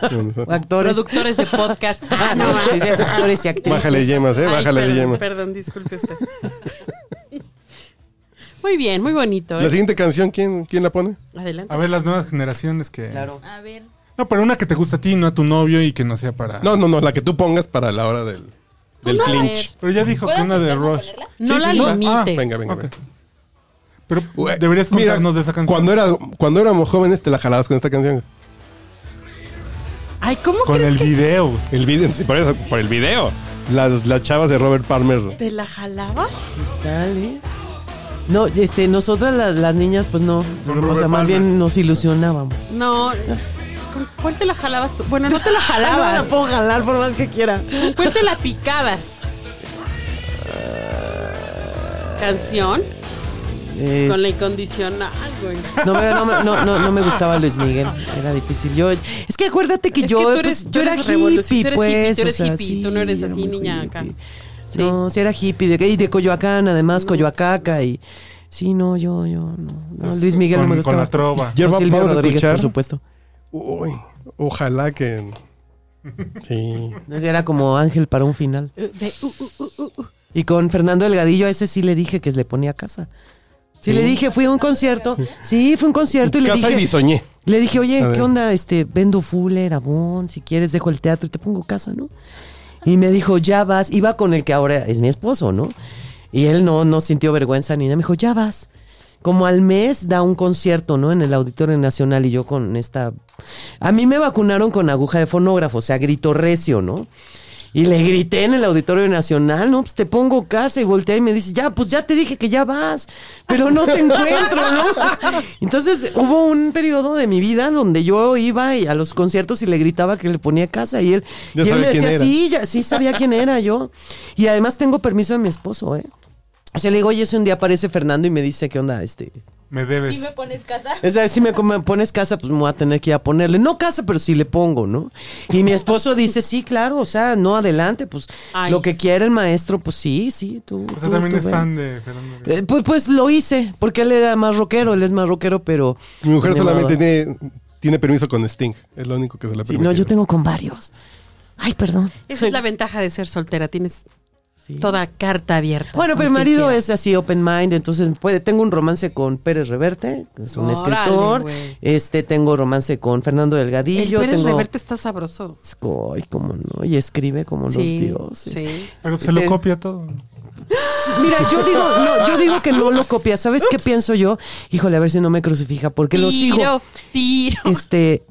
Bueno,
actores.
Productores de podcast. Ah, no, va.
Sí, sí, actores y actrices.
Bájale yemas, ¿eh?
Ay,
Bájale
perdón,
yemas.
Perdón, disculpe usted. muy bien, muy bonito. ¿eh?
La siguiente canción, ¿quién, quién la pone?
Adelante.
A ver, las nuevas generaciones que...
Claro.
A ver.
No, pero una que te gusta a ti, no a tu novio y que no sea para...
No, no, no, la que tú pongas para la hora del, del
Pues no, a
clinch.
Pero ya dijo que
¿Puedo
una de
aceptarla
Rush.
ponerla?
No
Sí,
la
sí, sí. Ah,
eh,
limites.
Venga, venga,
Ok.
venga.
Pero
Güey,
deberías
mira,
contarnos de esa canción.
Cuando, era, cuando éramos jóvenes te la jalabas con esta canción.
Ay, ¿cómo
Con
crees
el video.
El video, sí, por eso, por el video. Las, las chavas de Robert Palmer.
que te la jalaba?
Dale. No, este, nosotras la- las niñas, pues no. O sea,
Robert
más
Palmer.
bien nos ilusionábamos.
No. ¿Con cuál te la jalabas tú? Bueno, no te la
Ah, no
jalabas.
la puedo jalar por más que quiera.
¿Con cuál te la picabas? Canción
Este,
con la incondicional, güey.
No, me- no, me- no, no, no me gustaba Luis Miguel. Era difícil. Yo, es que acuérdate que
Es
yo,
que tú
pues,
eres- tú
yo era
eres
hippie,
revolución- tú eres hippie,
pues.
tú eres
o sea,
hippie, tú no eres
era
así,
muy
niña, acá. Sí. Mm.
No, sí era hippie. De, y de Coyoacán, además, Coyoacaca. Y, sí, no, yo, yo, no. no, Luis Miguel no
con,
me
con
gustaba.
la trova.
Ya
O
va-
Silvio
vamos a
Rodríguez,
escuchar.
por supuesto.
Uy, ojalá que. Sí.
Era como ángel para un final.
De, uh, uh, uh, uh, uh.
Y con Fernando Delgadillo, a ese sí le dije que le ponía casa. Sí, le dije, fui a un concierto. Sí, fue un concierto y le
Casa y
dije.
bisoñé.
Le dije, oye,
A ver.
¿qué onda? Este, vendo Fuller, Avon, si quieres dejo el teatro y te pongo casa, ¿no? Y me dijo, ya vas. Iba con el que ahora es mi esposo, ¿no? Y él no, no sintió vergüenza ni nada. Me dijo, ya vas. Como al mes da un concierto, ¿no? En el Auditorio Nacional y yo con esta... A mí me vacunaron con aguja de fonógrafo, o sea, grito recio, ¿no? Y le grité en el Auditorio Nacional, no, pues te pongo casa y volteé y me dice, ya, pues ya te dije que ya vas, pero no te encuentro, ¿no? Entonces hubo un periodo de mi vida donde yo iba y a los conciertos y le gritaba que le ponía casa y él,
Ya
y él
sabía
me decía,
quién era.
sí, ya, sí sabía quién era yo. Y además tengo permiso de mi esposo, ¿eh? O sea, le digo, oye, ese un día aparece Fernando y me dice, ¿qué onda? Este,
Me
¿Y me
debes.
pones casa?
eh,
es decir, si me come- pones casa, pues me voy a tener que ir a ponerle. No casa, pero sí le pongo, ¿no? Y mi esposo dice, sí, claro, o sea, no adelante, pues
Ay,
lo que
sí.
quiera el maestro, pues sí, sí, tú.
O sea,
tú-
también
tú
es
ve".
fan de Fernando.
Eh, pues, pues lo hice, porque él era más rockero, él es más rockero, pero.
Mi mujer
pues, ni
solamente
modo.
tiene, tiene permiso con Sting. Es lo único que se la
Sí,
permite.
no, yo tengo con varios. Ay, perdón.
Esa es la ventaja de ser soltera. Tienes toda carta abierta.
Bueno, pero
Con
mi
quien
marido
quieras.
es así open mind, entonces puede, tengo un romance con Pérez Reverte, que es un
Órale,
escritor.
güey.
Este, tengo romance con Fernando Delgadillo,
El Pérez
tengo
Reverte está sabroso.
Ay, cómo no, y escribe como
Sí,
los este, dioses.
sí.
Pero se lo
Te-
copia todo.
Mira, yo digo, no, yo digo que no lo copia. ¿Sabes qué pienso yo? Híjole, a ver si no me crucifica, porque lo sigo.
Tiro, tiro.
Este,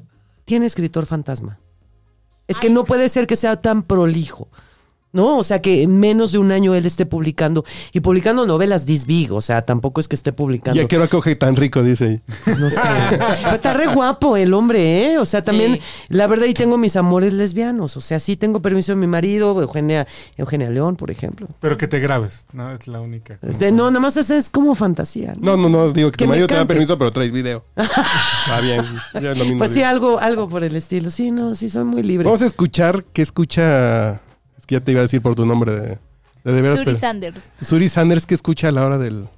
tiene escritor fantasma. Es que no puede ser que sea tan prolijo. ¿no? O sea, que en menos de un año él esté publicando y publicando novelas this big, o sea, tampoco es que esté publicando.
Ya quiero acoge tan rico, dice.
pues, no sé. Pero está re guapo el hombre, ¿eh? O sea, también,
Sí.
la verdad, y tengo mis amores lesbianos, o sea, sí tengo permiso de mi marido, Eugenia, Eugenia León, por ejemplo.
Pero que te grabes, ¿no? Es la única.
Este, no, nada más es, es como fantasía. ¿no?
No, no, no, digo que,
Que
tu
me
marido te da
cante.
permiso, pero traes video. Está bien, ya es lo mismo.
Pues sí,
digo.
algo, algo por el estilo. Sí, no, sí, soy muy libre.
Vamos a escuchar qué escucha. Es que ya te iba a decir por tu nombre de, de, de veras.
Suri
pero-
Sanders,
Suri Sanders, ¿qué escucha a la hora del.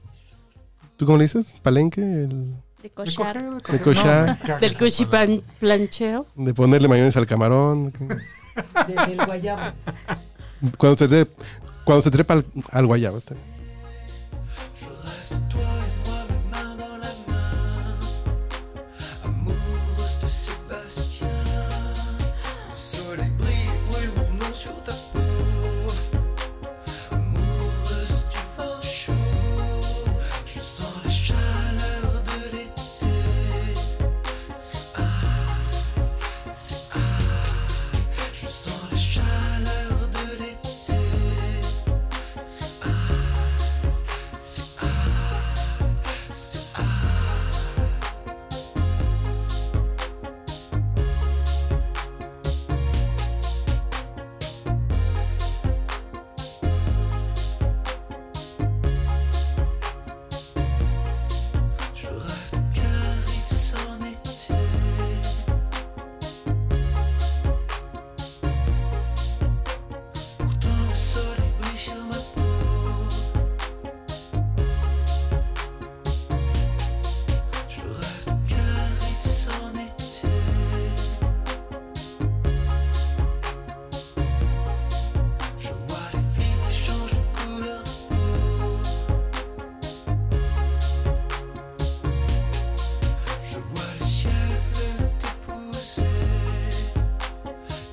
¿Tú cómo le dices? ¿Palenque? El-
de
De
Koshar.
coger, de
De cochar.
No, me caga
Del
esa
cuchi
palabra.
plan- plancheo.
de ponerle mayones al camarón.
Del guayabo.
Cuando se, tre- cuando se trepa al, al guayabo. Está bien.
amoureuse de Sébastien. Le soleil brille, brûle mon nom sur ta peau. Amoureuse du vent chaud, je sens la chaleur de l'été. C'est ah, c'est ah, je sens la chaleur de l'été. C'est ah, c'est ah, c'est ah. Je rêve car il s'en était. Pourtant le soleil brille sur ma peau. Je rêve car il s'en était. Je vois les filles qui changent de couleur de peau. Je vois le ciel bleu t'épouser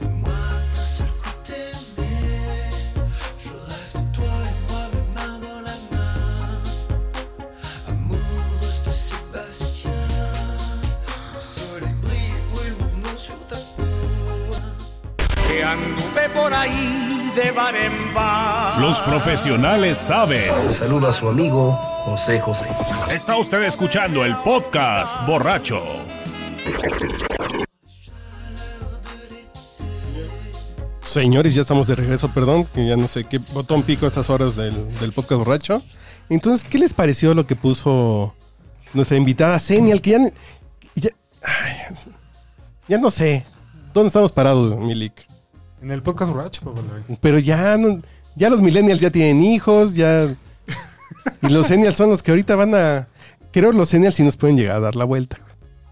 Et moi d'un seul coup t'aimer Je rêve de toi et moi mes mains dans la main Amoureuse de Sébastien Le soleil brille et brûle mon nom sur ta peau
Que anduve por ahí de bar en bar.
Los profesionales saben.
Le saluda a su amigo José José.
Está usted escuchando el podcast borracho.
Señores, ya estamos de regreso, perdón, que ya no sé qué botón pico a estas horas del, del podcast borracho. Entonces, ¿qué les pareció lo que puso nuestra invitada Senial? Que ya, ni- ya, ay, ya no sé. ¿Dónde estamos parados, Milik?
En el podcast borracho, papá. lo vi.
Pero ya, no- ya los millennials ya tienen hijos, ya... Y los senials son los que ahorita van a... Creo los senials sí nos pueden llegar a dar la vuelta.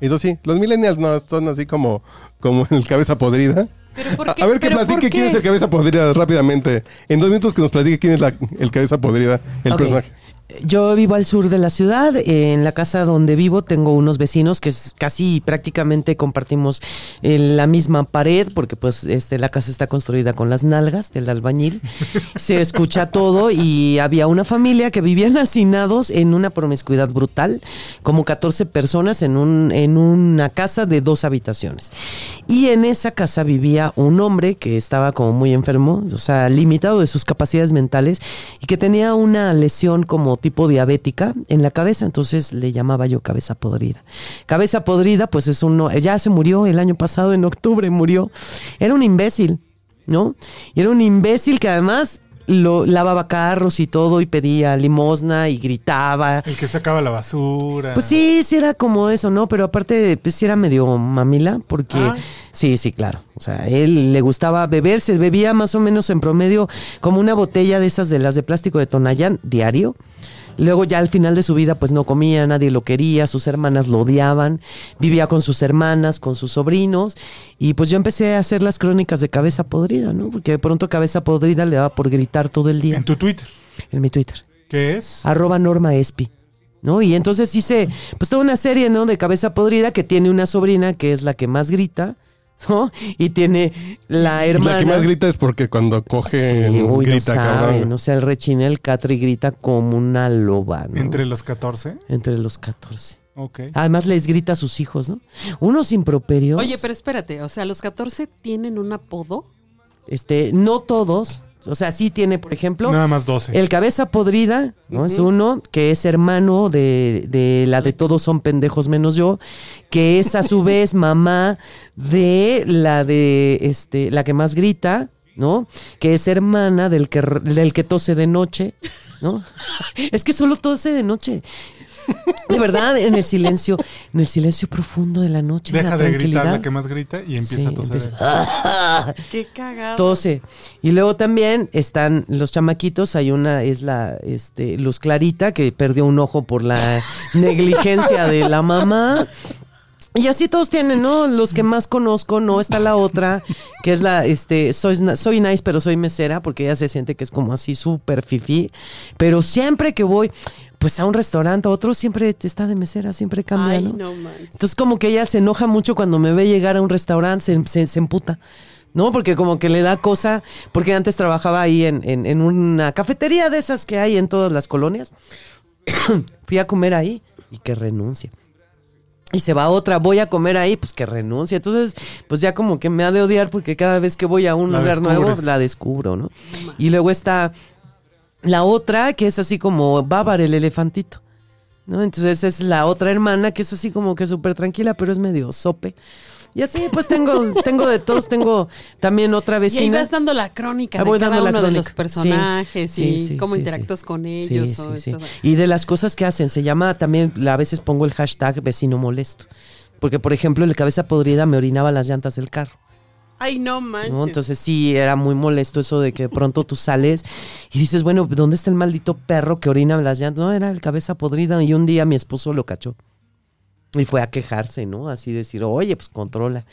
Eso sí, los millennials no, son así como, como el cabeza podrida.
¿Pero por
A-
qué?
A ver que
¿Pero por
platique quién
qué?
es el cabeza podrida rápidamente. En dos minutos que nos platique quién es la- el cabeza podrida, el
Ok.
personaje.
Yo vivo al sur de la ciudad, en la casa donde vivo tengo unos vecinos que es casi prácticamente compartimos eh, la misma pared porque pues este la casa está construida con las nalgas del albañil. Se escucha todo y había una familia que vivían hacinados en una promiscuidad brutal, como 14 personas en un en una casa de dos habitaciones. Y en esa casa vivía un hombre que estaba como muy enfermo, o sea, limitado de sus capacidades mentales y que tenía una lesión como tipo diabética en la cabeza, entonces le llamaba yo cabeza podrida. Cabeza podrida, pues es uno, ya se murió el año pasado, en octubre murió. Era un imbécil, ¿no? Y era un imbécil que además lo lavaba carros y todo y pedía limosna y gritaba.
El que sacaba la basura.
Pues sí, sí era como eso, ¿no? Pero aparte, pues sí era medio mamila, porque
Ah.
sí, sí, claro. O sea, él le gustaba beber, se bebía más o menos en promedio como una botella de esas de las de plástico de Tonayán diario. Luego ya al final de su vida pues no comía, nadie lo quería, sus hermanas lo odiaban, vivía con sus hermanas, con sus sobrinos y pues yo empecé a hacer las crónicas de cabeza podrida, ¿no? Porque de pronto cabeza podrida le daba por gritar todo el día
En tu Twitter.
en mi Twitter
¿Qué es?
arroba Norma Espi. ¿No? Y entonces hice pues toda una serie, ¿no? De cabeza podrida que tiene una sobrina que es la que más grita, ¿no? Y tiene la hermana.
La que más grita es porque cuando coge,
Sí, uy,
grita,
no
cabrón.
saben, O sea, el rechina el Catri grita como una loba, ¿no? Ah,
Entre los 14.
Entre los 14.
Ok.
Además les grita a sus hijos, ¿no? Unos improperios.
Oye, pero espérate, o sea, los 14 tienen un apodo.
Este, no todos. O sea, sí tiene, por ejemplo,
Nada más 12.
el Cabeza Podrida, ¿no? Es uno que es hermano de, de la de Todos son pendejos menos yo, que es a su vez mamá de la de este la que más grita, ¿no? Que es hermana del que r- del que tose de noche, ¿no? Es que solo tose de noche. De verdad, en el silencio, en el silencio profundo de la noche, en
Deja
la
de gritar la
tranquilidad.
que más grita y empieza
Sí,
a toser.
empieza- Ah.
Qué cagado.
Tose. Y luego también están los chamaquitos. Hay una, es la este, Luz Clarita, que perdió un ojo por la negligencia de la mamá. Y así todos tienen, ¿no? Los que más conozco, no está la otra, que es la, este, soy, na- soy nice, pero soy mesera, porque ella se siente que es como así súper fifí. Pero siempre que voy, pues a un restaurante, a otro siempre está de mesera, siempre cambia,
Ay,
¿no?
no manches.
Entonces como que ella se enoja mucho cuando me ve llegar a un restaurante, se, se, se emputa. ¿No? Porque como que le da cosa, porque antes trabajaba ahí en, en- en una cafetería de esas que hay en todas las colonias. Fui a comer ahí y que renuncie. Y se va a otra, voy a comer ahí, pues que renuncie. Entonces, pues ya como que me ha de odiar porque cada vez que voy a un
La
lugar nuevo,
descubres.
la descubro, ¿no? Y luego está la otra, que es así como Bávar el elefantito. ¿no? Entonces es la otra hermana que es así como que súper tranquila, pero es medio sope. Y así pues tengo, tengo de todos, tengo también otra
Y ahí
vecina.
vas dando la crónica
Ah, voy
de cada
dando la
uno de los
crónica.
personajes
Sí,
y
sí, sí,
cómo
sí,
interactúas
sí.
con
Sí,
ellos.
sí,
o
sí.
esto-
Y de las cosas que hacen, se llama también, a veces pongo el hashtag vecino molesto. Porque, por ejemplo, el cabeza podrida me orinaba las llantas del carro.
Ay, no manches.
¿no? Entonces sí, era muy molesto eso de que de pronto tú sales y dices, bueno, ¿dónde está el maldito perro que orina las llantas? No, era el cabeza podrida y un día mi esposo lo cachó. Y fue a quejarse, ¿no? Así decir, oye, pues controla.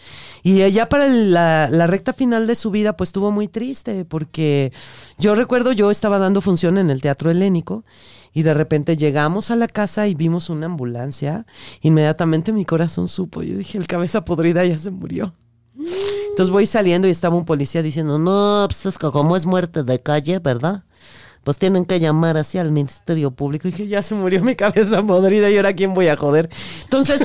Y eh, ya para el- la, la recta final de su vida, pues estuvo muy triste, porque yo recuerdo, yo estaba dando función en el Teatro Helénico, y de repente llegamos a la casa y vimos una ambulancia. Inmediatamente mi corazón supo, yo dije, el cabeza podrida ya se murió. Entonces voy saliendo y estaba un policía diciendo, no, pues es que como es muerte de calle, ¿verdad? Pues tienen que llamar así al Ministerio Público. Y dije, ya se murió mi cabeza podrida y ahora a quién voy a joder. Entonces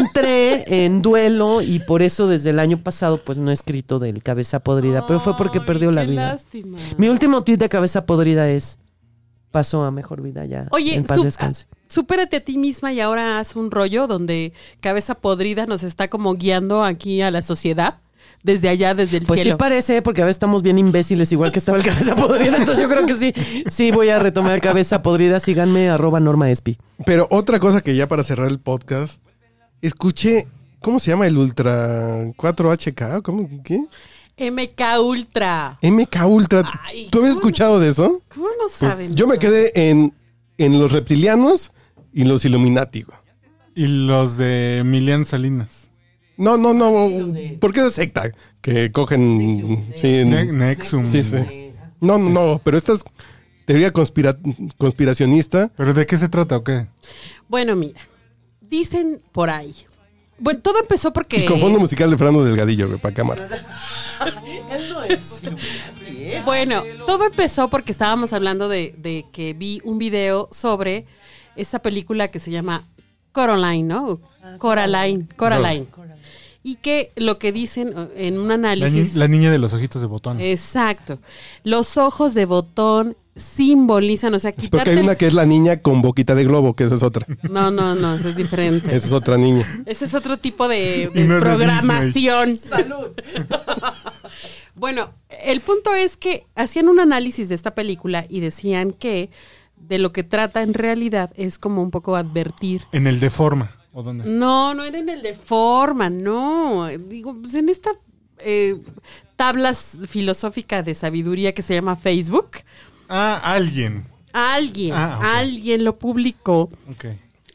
entré en duelo y por eso desde el año pasado pues no he escrito del cabeza podrida, pero fue porque
Ay,
perdió la
qué
vida.
lástima.
Mi último tweet de cabeza podrida es, pasó a mejor vida ya.
Oye,
en paz
su- ah,
descanse.
Supérate a ti misma y ahora haz un rollo donde Cabeza Podrida nos está como guiando aquí a la sociedad desde allá, desde el
Pues sí
cielo.
parece, porque a veces estamos bien imbéciles, igual que estaba el cabeza podrida. Entonces yo creo que sí, sí voy a retomar cabeza podrida. Síganme, arroba Norma Espi.
Pero otra cosa que ya para cerrar el podcast, escuché, ¿cómo se llama el Ultra 4HK? ¿Cómo? ¿Qué?
MK Ultra.
MK Ultra.
Ay,
¿Tú habías
¿cómo no?
escuchado de eso?
¿Cómo no saben?
Pues Yo me
eso?
quedé en, en los reptilianos y los Illuminati. güey.
Y los de Emiliano Salinas.
No, no, no. ¿Por qué esa secta? Que cogen. Sí, en-
Ne- Nexum.
sí, sí. No, no, no. Pero esta es teoría conspira- conspiracionista.
¿Pero de qué se trata o qué?
Bueno, mira. Dicen por ahí. Bueno, todo empezó porque.
Y con fondo musical de Fernando Delgadillo, güey, para cámara.
Bueno, todo empezó porque estábamos hablando de, de que vi un video sobre esta película que se llama Coraline, ¿no? Ah, Coraline, Coraline. Y que lo que dicen eh, en un
La, ni-
análisis...
la niña de los ojitos de botón.
Eh. Exacto. Los ojos de botón simbolizan, o sea,
Porque
quitarte...
hay
el-
una que es la niña con boquita de globo, que esa es otra.
No, no, no, eso es diferente.
Esa es otra niña.
Ese es otro tipo de,
Y
de
no es de
programación. Salud. bueno, el punto es que hacían un análisis de esta película y decían que de lo que trata en realidad es como un poco advertir.
En el de forma. ¿O dónde?
No, no era en el de forma, no. Digo, pues en esta eh, tabla s- filosófica de sabiduría que se llama Facebook,
Ah, alguien.
alguien,
Ah, ok.
alguien lo publicó.
Ok.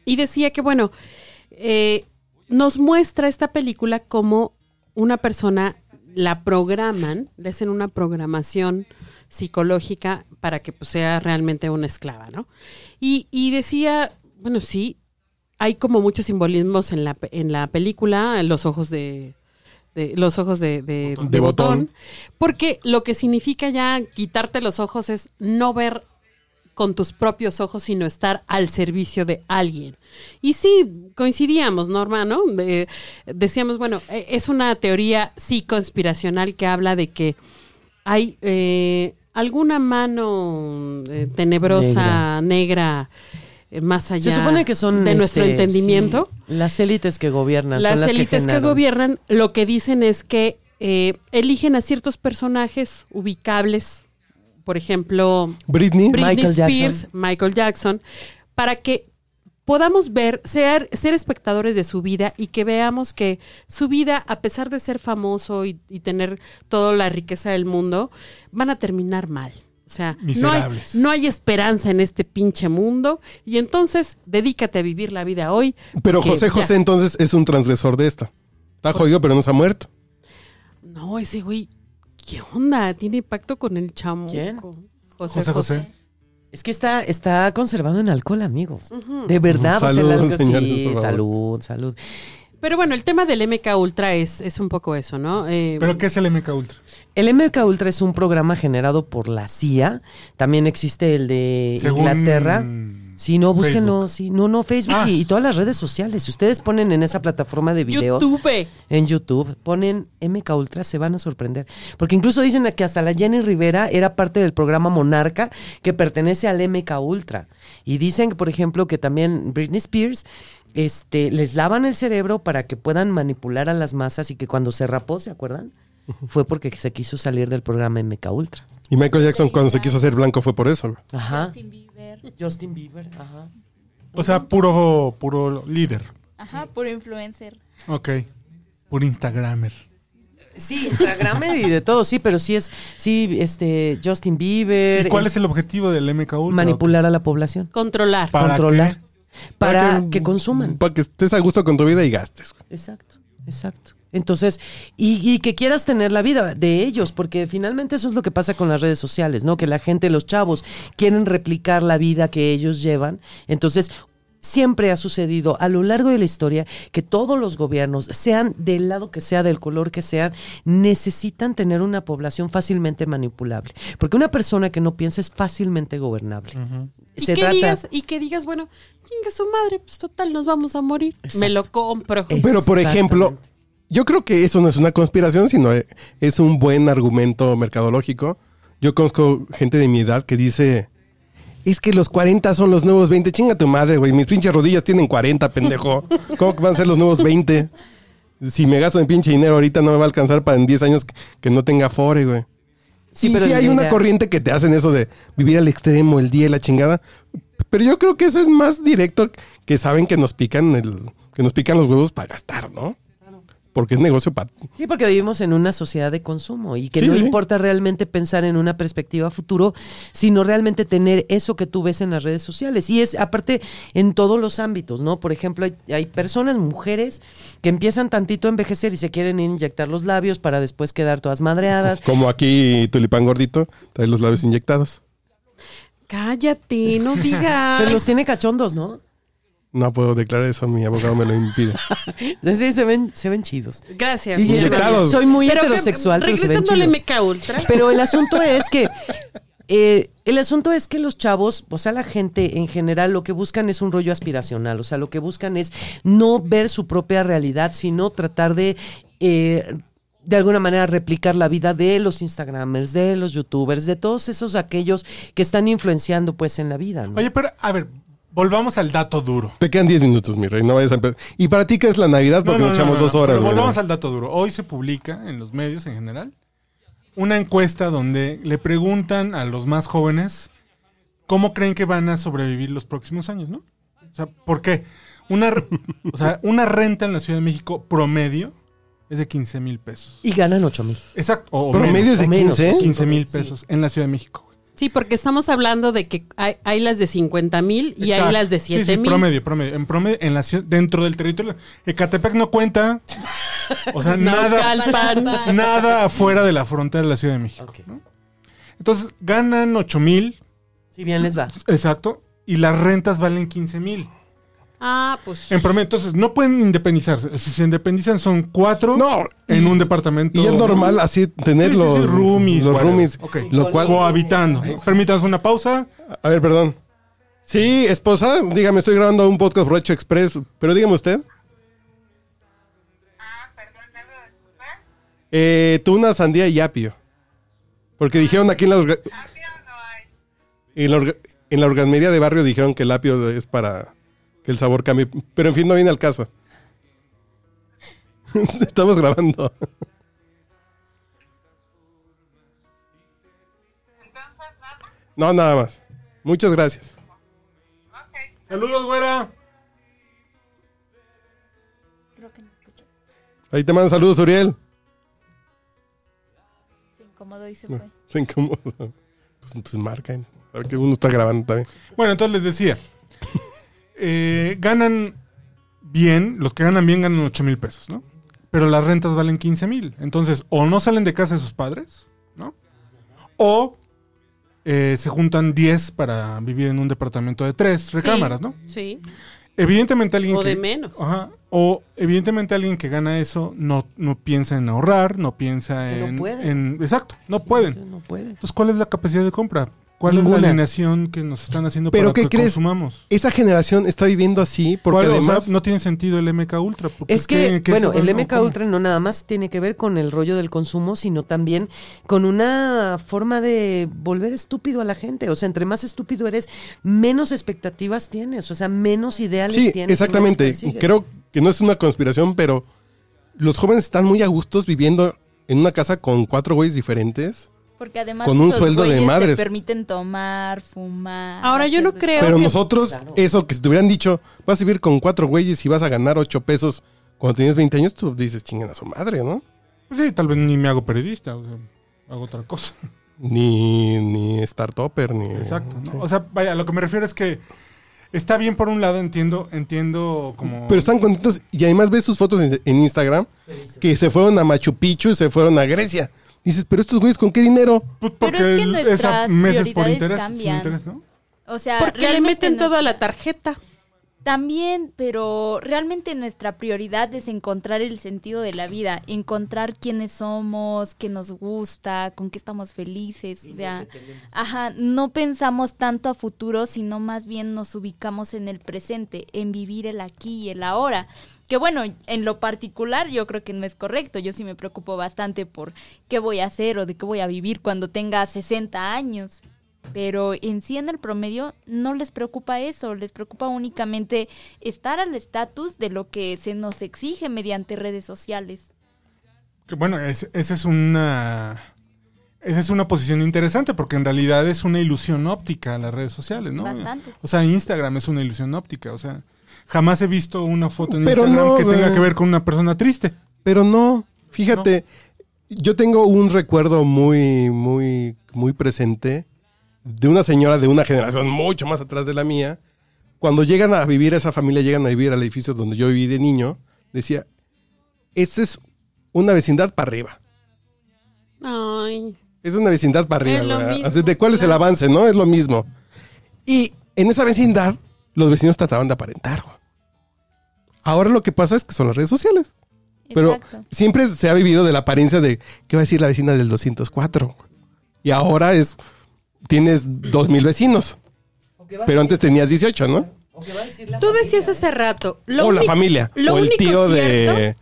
Y decía que, bueno, eh, nos muestra esta película como una persona la programan, le hacen una programación psicológica para que pues, sea realmente una esclava, ¿no? Y, y decía, bueno, sí, hay como muchos simbolismos en la, pe- en la película, en los ojos de... de- los ojos de, de- de
De
botón,
botón.
porque lo que significa ya quitarte los ojos es no ver con tus propios ojos, sino estar al servicio de alguien. Y sí, coincidíamos, Norma, ¿no? Eh, decíamos, bueno, e, eh, es una teoría sí conspiracional que habla de que hay, eh, alguna mano eh, tenebrosa, negra, eh, más allá
Se supone que son
de nuestro
este,
entendimiento.
sí, las élites que gobiernan.
Las,
son las
élites que,
generaron.
gobiernan lo que dicen es que eh, eligen a ciertos personajes ubicables, por ejemplo,
Britney,
Brit-
Britney
Michael
Spears,
Jackson.
Michael Jackson, para que podamos ver, ser, ser espectadores de su vida y que veamos que su vida, a pesar de ser famoso y, y tener toda la riqueza del mundo, van a terminar mal. O sea, no hay,
Miserables.
no hay esperanza en este pinche mundo y entonces dedícate a vivir la vida hoy.
pero
porque
José
ya-
José entonces es un transgresor de esta. Está jodido, pero no se ha muerto.
No, ese güey, ¿qué onda? Tiene pacto con el chamo.
¿Quién?
José
José José.
Es que está, está conservado en alcohol, amigos. De verdad, o sea,
Salud,
el alcohol-
señores,
sí,
por favor.
salud, salud.
Pero bueno, el tema del MK Ultra es, es un poco eso, ¿no? Eh,
¿Pero qué es el MK Ultra?
El MK Ultra es un programa generado por la CIA. También existe el de
Según-
Inglaterra. Sí, no, búsquenlo.
Facebook.
Sí, no, no, Facebook
Ah.
y, y todas las redes sociales. Si ustedes ponen en esa plataforma de videos.
YouTube.
en YouTube, ponen MK Ultra, se van a sorprender. Porque incluso dicen que hasta la Jenny Rivera era parte del programa Monarca que pertenece al MK Ultra. Y dicen, por ejemplo, que también Britney Spears este, les lavan el cerebro para que puedan manipular a las masas y que cuando se rapó, ¿se acuerdan? Fue porque se quiso salir del programa MK Ultra.
Y Michael Jackson cuando se quiso hacer blanco fue por eso.
Ajá.
Justin Bieber.
Justin Bieber, ajá.
O sea, puro, puro líder.
Ajá, puro influencer.
Ok. Puro Instagramer.
Sí, Instagram y de todo, sí, pero sí es, sí, este, Justin Bieber.
¿Y cuál es el objetivo del MK Ultra?
Manipular a la población.
Controlar.
¿Para
controlar.
qué?
Para que consuman.
Para que estés a gusto con tu vida y gastes.
Exacto, exacto. Entonces, y, y que quieras tener la vida de ellos, porque finalmente eso es lo que pasa con las redes sociales, ¿no? Que la gente, los chavos, quieren replicar la vida que ellos llevan. Entonces, siempre ha sucedido a lo largo de la historia que todos los gobiernos, sean del lado que sea, del color que sean, necesitan tener una población fácilmente manipulable. Porque una persona que no piensa es fácilmente gobernable.
Y que, digas, y que digas, bueno, chinga su madre, pues total, nos vamos a morir.
Exacto.
Me lo compro.
Pero por ejemplo, yo creo que eso no es una conspiración, sino eh, es un buen argumento mercadológico. Yo conozco gente de mi edad que dice, es que los 40 son los nuevos 20. Chinga tu madre, güey. Mis pinches rodillas tienen 40, pendejo. ¿Cómo que van a ser los nuevos 20? Si me gasto en pinche dinero ahorita no me va a alcanzar para en 10 años que, que no tenga fore, güey. Sí, pero sí hay una
corriente
corriente que te hacen eso de vivir al extremo el día y la chingada. Pero yo creo que eso es más directo que saben que nos pican el, que nos pican los huevos para gastar, ¿no? Porque es negocio para.
Sí, porque vivimos en una sociedad de consumo y que
Sí,
no
sí.
importa realmente pensar en una perspectiva futuro, sino realmente tener eso que tú ves en las redes sociales. Y es aparte en todos los ámbitos, ¿no? Por ejemplo, hay, hay personas, mujeres, que empiezan tantito a envejecer y se quieren inyectar los labios para después quedar todas madreadas.
Como aquí Tulipán Gordito trae los labios inyectados.
Cállate, no
Pero los
digas.
tiene cachondos, ¿no?
No puedo declarar eso, mi abogado me lo impide.
Sí, se ven, se ven chidos.
Gracias.
Y-
Inyectados.
Soy muy
Pero que-
heterosexual. pero se ven
Regresando al
chidos.
MK Ultra.
Pero el asunto es que. eh, el asunto es que los chavos, o sea, la gente en general lo que buscan es un rollo aspiracional, o sea, lo que buscan es no ver su propia realidad, sino tratar de, eh, de alguna manera, replicar la vida de los Instagramers, de los YouTubers, de todos esos aquellos que están influenciando pues en la vida. ¿no?
Oye, pero a ver, volvamos al dato duro.
Te quedan 10 minutos, mi rey, no vayas a empezar. ¿Y para ti qué es la Navidad? Porque nos echamos dos horas,
pero
mi
volvamos
rey.
al dato duro. Hoy se publica en los medios en general una encuesta donde le preguntan a los más jóvenes cómo creen que van a sobrevivir los próximos años, ¿no? O sea, ¿por qué? Una, re- o sea, una renta en la Ciudad de México promedio es de 15 mil pesos.
Y ganan ocho mil.
Exacto. O, o
Promedio
menos,
es de
o menos,
15.
o
¿eh?
15 mil pesos en la Ciudad de México. güey.
Sí, porque estamos hablando de que hay, hay las de 50 mil y hay
Exacto.
las de 7
Sí, sí,
mil.
promedio, promedio. En promedio, en la ciudad, dentro del territorio. Ecatepec no cuenta. O sea, nada,
Naucalpan.
nada afuera de la frontera de la Ciudad de México. ¿no? Entonces, ganan 8 mil,
Si bien les va.
exacto, y las rentas valen 15 mil.
Ah, pues.
En promedio, entonces, no pueden independizarse. Si se independizan, son cuatro
No,
en un departamento.
Y es normal así tener
Sí, sí, sí,
los
roomies,
Los
whatever.
roomies.
Ok.
Lo cual,
cohabitando. ¿no? Permítanos una pausa.
A ver, perdón. Sí, esposa, dígame, estoy grabando un podcast Rocho Express, pero dígame usted. Eh, tú una sandía y apio. Porque dijeron aquí en la, orga- en la, orga- en la orgasmería de barrio dijeron que el apio es para que el sabor cambie. Pero en fin, no viene al caso. Estamos grabando. No, nada más. Muchas gracias.
Saludos, güera.
Creo que no escuchó.
Ahí te mando saludos, Uriel.
Se incomodó y se fue.
Se incomoda. Pues, pues marcan. A ver que uno está grabando también.
Bueno, entonces les decía. eh, ganan bien, los que ganan bien ganan 8 mil pesos, ¿no? Pero las rentas valen 15 mil. Entonces, o no salen de casa de sus padres, ¿no? O eh, se juntan 10 para vivir en un departamento de 3 recámaras, ¿no?
Sí.
Evidentemente alguien
O
que-
de menos.
Ajá. O evidentemente alguien que gana eso no, no piensa en ahorrar, no piensa
Es que no
en,
pueden.
en- Exacto, no pueden.
No puede.
Entonces, Pues, ¿cuál es la capacidad de compra? ¿Cuál es la
Ninguna.
alineación que nos están haciendo para
¿Pero qué
que
crees?
consumamos?
Esa generación está viviendo así porque
¿Cuál? O sea,
además...
no tiene sentido el MK Ultra. porque
Pues
Es que,
¿qué- qué
bueno,
se
el
van-
MK
o cómo?
Ultra no nada más tiene que ver con el rollo del consumo, sino también con una forma de volver estúpido a la gente. O sea, entre más estúpido eres, menos expectativas tienes, o sea, menos ideales
Sí,
tienes.
exactamente.
menos persigues.
Creo que no es una conspiración, pero los jóvenes están muy a gustos viviendo en una casa con cuatro güeyes diferentes.
Porque además
Con un
esos
sueldo de
güeyes te
madres.
permiten tomar, fumar.
Ahora, yo
hacer
no
de-
creo
Pero
que-
nosotros,
claro.
eso que si te hubieran dicho, vas a vivir con cuatro güeyes y vas a ganar ocho pesos cuando tienes 20 años, tú dices, chingan a su madre, ¿no?
Pues sí, tal vez ni me hago periodista, o sea, hago otra cosa.
Ni, ni startupper, ni...
Exacto. ¿no? O sea, vaya, lo que me refiero es que está bien por un lado, entiendo, entiendo como...
Pero están contentos y además ves sus fotos en, en Instagram que se fueron a Machu Picchu y se fueron a Grecia. Dices, pero estos güeyes con qué dinero?
Pues
Pero es que
el-
nuestras
esa- meses por
prioridades
interés, sin
cambian.
interés, ¿no?
O sea,
Porque le
Ah, realmente
meten
no-
toda la tarjeta.
También, pero realmente nuestra prioridad es encontrar el sentido de la vida, encontrar quiénes somos, qué nos gusta, con qué estamos felices, o sea, ajá, no pensamos tanto a futuro, sino más bien nos ubicamos en el presente, en vivir el aquí y el ahora. Que bueno, en lo particular yo creo que no es correcto, yo sí me preocupo bastante por qué voy a hacer o de qué voy a vivir cuando tenga 60 años. Pero en sí, en el promedio, no les preocupa eso, les preocupa únicamente estar al estatus de lo que se nos exige mediante redes sociales.
Que, Bueno, es- esa es una. Esa es una posición interesante porque en realidad es una ilusión óptica a las redes sociales, ¿no?
Bastante.
O sea, Instagram es una ilusión óptica. O sea, jamás he visto una foto en
Pero
Instagram
no,
que tenga
güey.
que ver con una persona triste.
Pero no, fíjate, yo tengo un recuerdo muy, muy, muy presente de una señora de una generación mucho más atrás de la mía. Cuando llegan a vivir a esa familia, llegan a vivir al edificio donde yo viví de niño, decía, esta es una vecindad para arriba.
Ay.
Es una vecindad para arriba.
Es lo
¿verdad?
mismo,
Así ¿De cuál es el
claro.
avance, no? Es lo mismo. Y en esa vecindad, los vecinos trataban de aparentar. güey. Ahora lo que pasa es que son las redes sociales. Pero
Exacto.
siempre se ha vivido de la apariencia de qué va a decir la vecina del 204. güey? Y ahora es tienes 2000 vecinos,
O que va a
pero
decir-
antes tenías 18, ¿no?
o que va a decir la
Tú
familia.
decías hace rato. Lo
o la
único-
familia,
Lo
o el
único
tío
cierto,
de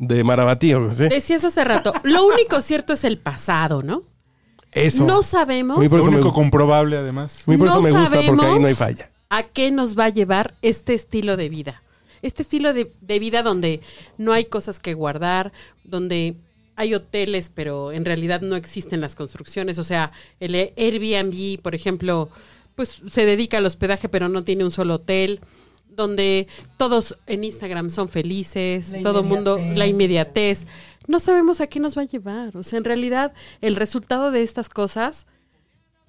de Marabatío, ¿sí?
Decías hace rato. Lo único cierto es el pasado, ¿no?
Eso.
No sabemos.
Muy
Es lo
por eso me
único
gu-
comprobable, además.
A mí por eso
no
me gusta porque ahí no hay
sabemos
falla.
¿A qué nos va a llevar este estilo de vida? Este estilo de, de vida donde no hay cosas que guardar, donde hay hoteles, pero en realidad no existen las construcciones. O sea, el Airbnb, por ejemplo, pues se dedica al hospedaje, pero no tiene un solo hotel. Donde todos en Instagram son felices,
La
todo mundo, la
inmediatez.
inmediatez. No sabemos a qué nos va a llevar. O sea, en realidad, el resultado de estas cosas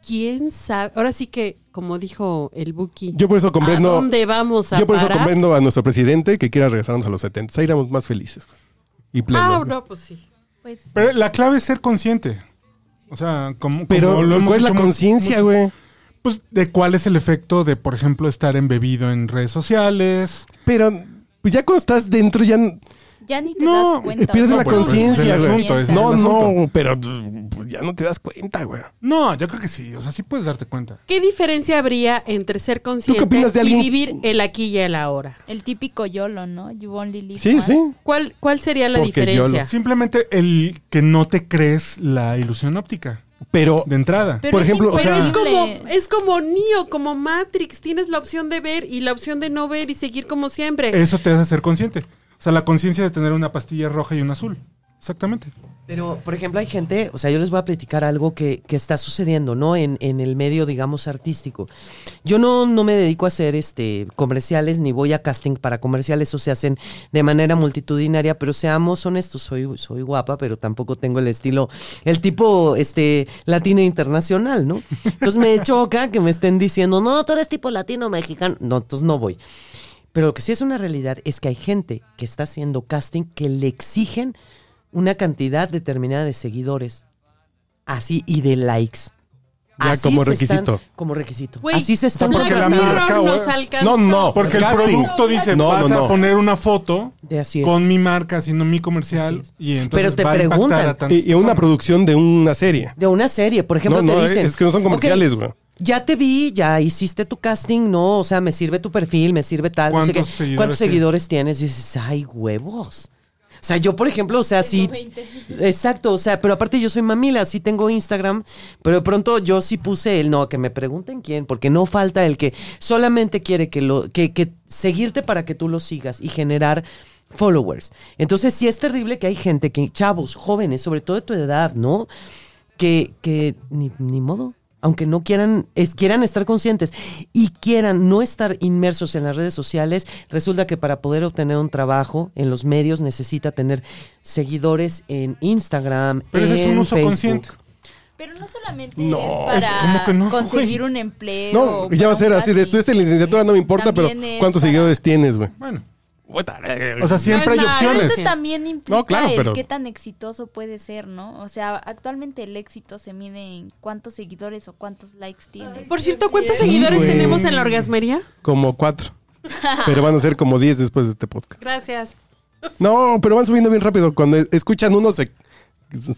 quién sabe. Ahora sí que, como dijo el Buki,
Yo por eso comprendo
¿a dónde vamos a
Yo por eso
parar?
comprendo a nuestro presidente que quiera regresarnos a los 70. Ahí éramos más felices. Y plenos.
Ah, no, pues sí.
Pues
Pero la clave es ser consciente. O sea, como.
Pero
como lo hemos
¿cuál es la
dicho mu-
conciencia,
mucho-
güey?
Pues de cuál es el efecto de, por ejemplo, estar embebido en redes sociales.
Pero pues ya cuando estás dentro ya n-
ya ni te
No,
das cuenta.
pierdes
o sea,
la
porque no
conciencia,
te
güey.
asunto pues, es-
piensas.
no,
el asunto.
no, pero pues, ya no te das cuenta, güey.
No, yo creo que sí. O sea, sí puedes darte cuenta.
¿Qué diferencia habría entre ser consciente
opinas de
y
alguien-
vivir el aquí y el ahora?
El típico YOLO, ¿no? You only live
Sí,
once.
sí.
¿Cuál, cuál sería la
Porque yo
diferencia?
lo-
Simplemente el que no te crees la ilusión óptica.
Pero,
De entrada.
Pero
por
es
ejemplo, o sea, es
imposible.
eh,
Es como, es como Neo, como Matrix. Tienes la opción de ver y la opción de no ver y seguir como siempre.
Eso te hace ser consciente. O sea, la conciencia de tener una pastilla roja y una azul. Exactamente.
Pero, por ejemplo, hay gente, o sea, yo les voy a platicar algo que, que está sucediendo, ¿no? En, en el medio, digamos, artístico. Yo no, no me dedico a hacer este comerciales ni voy a casting para comerciales, eso se hacen de manera multitudinaria, pero seamos honestos, soy, soy guapa, pero tampoco tengo el estilo, el tipo este latino internacional, ¿no? Entonces me choca que me estén diciendo, no, tú eres tipo latino mexicano. No, entonces no voy. Pero lo que sí es una realidad es que hay gente que está haciendo casting que le exigen una cantidad determinada de seguidores. Así y de likes.
Ya
Así
como
se están-
requisito.
como requisito.
Güey,
Así se está
no,
Black
porque la
Mirror
marca,
nos
güey.
No,
alcanzó.
no.
Porque el
Casting.
producto dice,
No,
vas
no,
a
no.
poner una foto
De así es.
con mi marca haciendo mi comercial
Así es.
y entonces
Pero te
va a impactar
preguntan.
a tantas
y, y una
personas.
producción de una serie.
De una serie, por ejemplo,
No,
te
no,
dicen.
es que no son comerciales,
"Ok,
güey".
Ya te vi, ya hiciste tu casting, no, o sea, me sirve tu perfil, me sirve tal, no sé
¿Cuántos
qué.
seguidores
¿Cuántos
tienes?
seguidores tienes? Y dices, ay, huevos. O sea, yo, por ejemplo, o sea, sí. Exacto, o sea, pero aparte yo soy mamila, sí tengo Instagram, pero de pronto yo sí puse el no, que me pregunten quién, porque no falta el que solamente quiere que lo, que, que seguirte para que tú lo sigas y generar followers. Entonces sí es terrible que hay gente que, chavos, jóvenes, sobre todo de tu edad, ¿no? que, que ni, ni modo. Aunque no quieran, es, quieran estar conscientes y quieran no estar inmersos en las redes sociales, resulta que para poder obtener un trabajo en los medios necesita tener seguidores en Instagram.
Pero ese es un
en
uso
Facebook.
consciente.
Pero no solamente
No,
es
es-
para
¿cómo que no, güey?
conseguir un empleo.
No,
o
ya va a
para
ser
un
así de
casting.
estudiaste licenciatura, no me importa, pero
También es
¿cuántos
para-
seguidores tienes, güey?
Bueno. O sea, siempre hay
No es nada,
Pero
opciones.
esto también implica
No, claro,
el
pero-
qué tan exitoso puede ser, ¿no? O sea, actualmente el éxito se mide en cuántos seguidores o cuántos likes tienes.
Por cierto, ¿cuántos
Sí,
seguidores
güey.
tenemos en la orgasmería?
Como cuatro. Pero van a ser como diez después de este podcast.
Gracias.
No, pero van subiendo bien rápido. Cuando escuchan uno, se,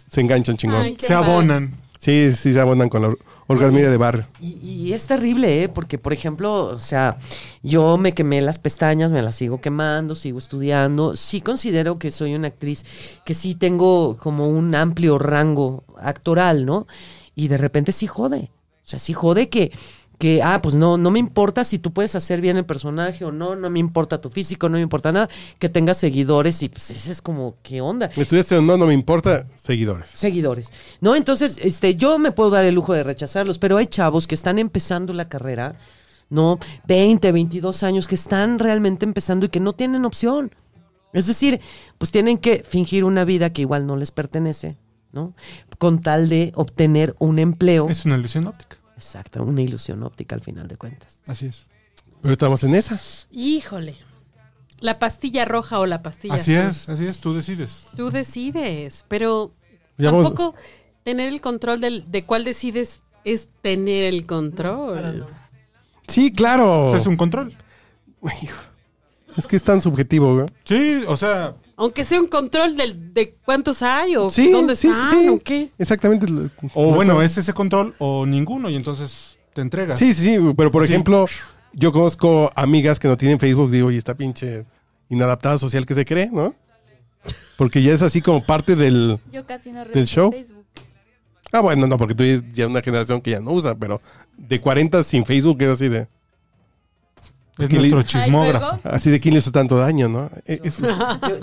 se enganchan chingón.
Ay, qué
Se abonan.
Sí, sí, se abonan con la orgasmía de barrio.
Y, y es terrible, ¿eh? porque por ejemplo, o sea, yo me quemé las pestañas, me las sigo quemando, sigo estudiando. Sí considero que soy una actriz que sí tengo como un amplio rango actoral, ¿no? Y de repente sí jode. O sea, sí jode que, que ah, pues no, no me importa si tú puedes hacer bien el personaje o no, no me importa tu físico, no me importa nada, que tengas seguidores y pues ese es como, ¿qué onda?
Estudiaste o no, no me importa, seguidores.
seguidores. No, entonces, este, yo me puedo dar el lujo de rechazarlos, pero hay chavos que están empezando la carrera, ¿no? 20, 22 años, que están realmente empezando y que no tienen opción. Es decir, pues tienen que fingir una vida que igual no les pertenece, ¿no? Con tal de obtener un empleo.
Es una ilusión óptica.
Exacto, una ilusión óptica al final de cuentas.
Así es.
Pero estamos en esa.
Híjole. La pastilla roja o la pastilla
Así
azul.
es, así es, tú decides.
Tú decides, pero
Ya vamos-
tampoco tener el control del, de cuál decides es tener el control.
Sí, claro.
O sea, es un control.
Güey, hijo. Es que es tan subjetivo, güey.
Sí, o sea,
Aunque sea un control del, de cuántos hay o
Sí,
dónde
sí, sí,
están
sí.
o qué.
Exactamente. lo-
o bueno, es ese control o ninguno y entonces te entregas.
Sí, sí, sí, pero por
Sí.
ejemplo, yo conozco amigas que no tienen Facebook, digo, y esta pinche inadaptada social que se cree, ¿no? Porque ya es así como parte del...
Yo casi no reviso
¿Del show?
Facebook.
Ah, bueno, no, porque tú eres ya una generación que ya no usa, pero de 40 sin Facebook es así de...
es
que
nuestro
li-
Ay,
chismógrafo.
luego,
Así de quién le hizo tanto daño, ¿no? Eh, es-
Yo,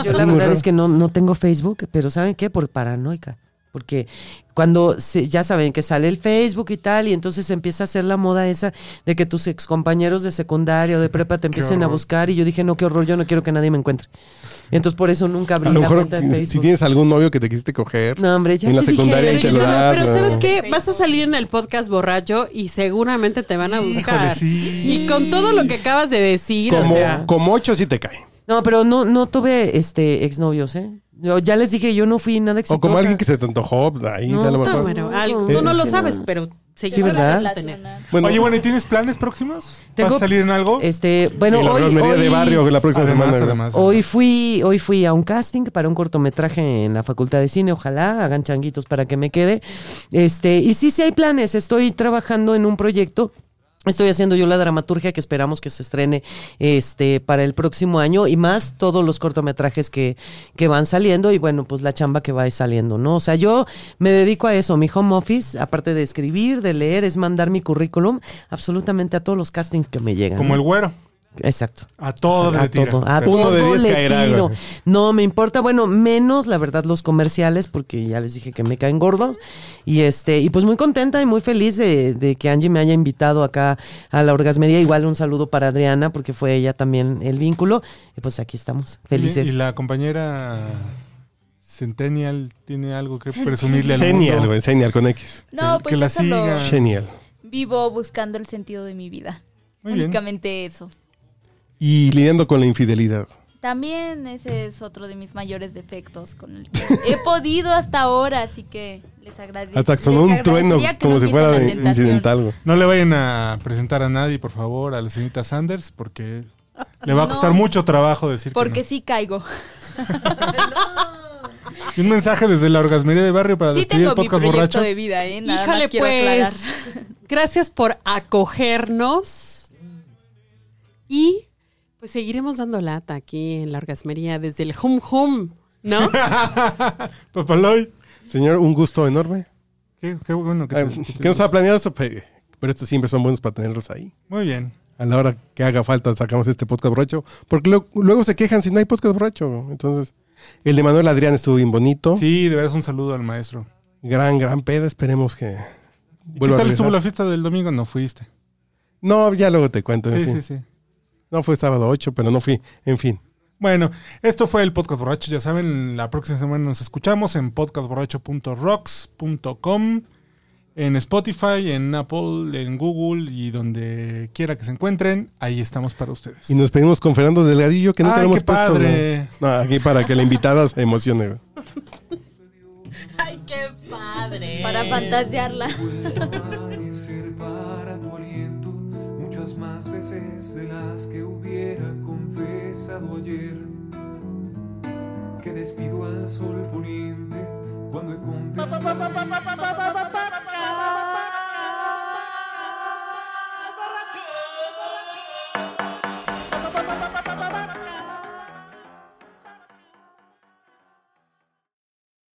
yo
Es
la
muy
verdad
raro.
es que no, no tengo Facebook, pero ¿saben qué? Por paranoica. Porque cuando se- ya saben que sale el Facebook y tal, y entonces empieza a hacer la moda esa de que tus excompañeros de secundaria o de prepa te empiecen a
horror.
buscar, y yo dije, no, qué horror, yo no quiero que nadie me encuentre. Entonces por eso nunca
a
abrí
lo
la
mejor
cuenta de
ti-
Facebook.
si tienes algún novio que te quisiste coger
No, hombre, ya
en la
te dije,
secundaria
pero
y te
yo
lo
no-
das,
pero
¿no?
¿sabes qué? Vas a salir en el podcast borracho y seguramente te van a buscar.
Híjole, sí.
Y con todo lo que acabas de decir,
como,
o sea,
como ocho sí te cae.
No, pero no, no tuve este exnovios, ¿eh? Yo ya les dije, yo no fui nada exitosa.
O como alguien que se te antojó, pues, ahí
No,
a lo
está
mejor.
bueno,
no,
algo-
no,
tú no
sí,
lo
no.
sabes, pero se
Sí, ¿verdad?
vas a tener.
Bueno,
Oye, bueno, ¿y tienes planes próximos? ¿Vas
Tengo-
a salir en algo?
Este, bueno,
y la
hoy-
romería de
hoy-
barrio la próxima
Además,
semana. ¿no?
además.
Hoy fui, hoy fui a un casting para un cortometraje en la Facultad de Cine. Ojalá hagan changuitos para que me quede. Este, y sí, sí hay planes. Estoy trabajando en un proyecto Estoy haciendo yo la dramaturgia que esperamos que se estrene este para el próximo año y más todos los cortometrajes que, que van saliendo y bueno, pues la chamba que va saliendo, ¿no? O sea, yo me dedico a eso, mi home office, aparte de escribir, de leer, es mandar mi currículum absolutamente a todos los castings que me llegan.
Como el güero.
Exacto.
A todo
a
le tira.
todo, a
Te-
Uno
todo
de diez
le
caerá, güey.
tiro. No me importa, bueno, menos la verdad los comerciales, porque ya les dije que me caen gordos. Y este, y pues muy contenta y muy feliz de, de que Angie me haya invitado acá a la orgasmería. Igual un saludo para Adriana, porque fue ella también el vínculo. Y pues aquí estamos, felices.
Y, y la compañera Centennial tiene algo que presumirle al
Genial,
mundo.
güey. Genial con X.
No,
Que-
pues
que la
yo solo
Ah.
siga.
Genial.
vivo buscando el sentido de mi vida.
Muy bien.
Únicamente eso.
Y lidiando con la infidelidad.
También ese es otro de mis mayores defectos con el que he podido hasta ahora, así que les agradezco.
Hasta que sonó un trueno como si fuera de- incidental, güey.
No le vayan a presentar a nadie, por favor, a la señorita Sanders, porque le va a costar
No.
mucho trabajo decir que
Porque
no.
sí caigo.
Y un mensaje desde la orgasmería de barrio para
Sí
despedir
tengo
el
mi
podcast
proyecto
borracho.
de vida, ¿eh? Nada
Híjole,
más quiero
pues.
aclarar.
Gracias por acogernos. Y pues seguiremos dando lata aquí en la orgasmería desde el home home, ¿no?
Papaloy.
Señor, un gusto enorme.
Qué, qué bueno que
Ah,
te-
Que no estaba planeado esto, pe- pero estos siempre son buenos para tenerlos ahí.
Muy bien.
A la hora que haga falta sacamos este podcast borracho. Porque lo- luego se quejan si no hay podcast borracho. Entonces, el de Manuel Adrián estuvo bien bonito.
Sí, de veras un saludo al maestro.
Gran, gran peda. Esperemos que.
¿Y
vuelva
¿Qué tal
a regresar.
estuvo la fiesta del domingo? No fuiste.
No, ya luego te cuento. en
Sí,
fin.
sí, sí.
No fue sábado 8, pero no fui. En fin.
Bueno, esto fue el Podcast Borracho. Ya saben, la próxima semana nos escuchamos en podcastborracho.rocks.com, en Spotify, en Apple, en Google y donde quiera que se encuentren. Ahí estamos para ustedes.
Y nos pedimos con Fernando Delgadillo, que nunca
Ay,
lo hemos
qué
puesto.
padre.
güey. No, aquí para que la invitada se emocione. güey.
Ay, qué padre.
Para fantasearla.
amanecer para tu aliento muchas más veces de las que hubiera confesado ayer. Que despido al sol poniente cuando he contemplado.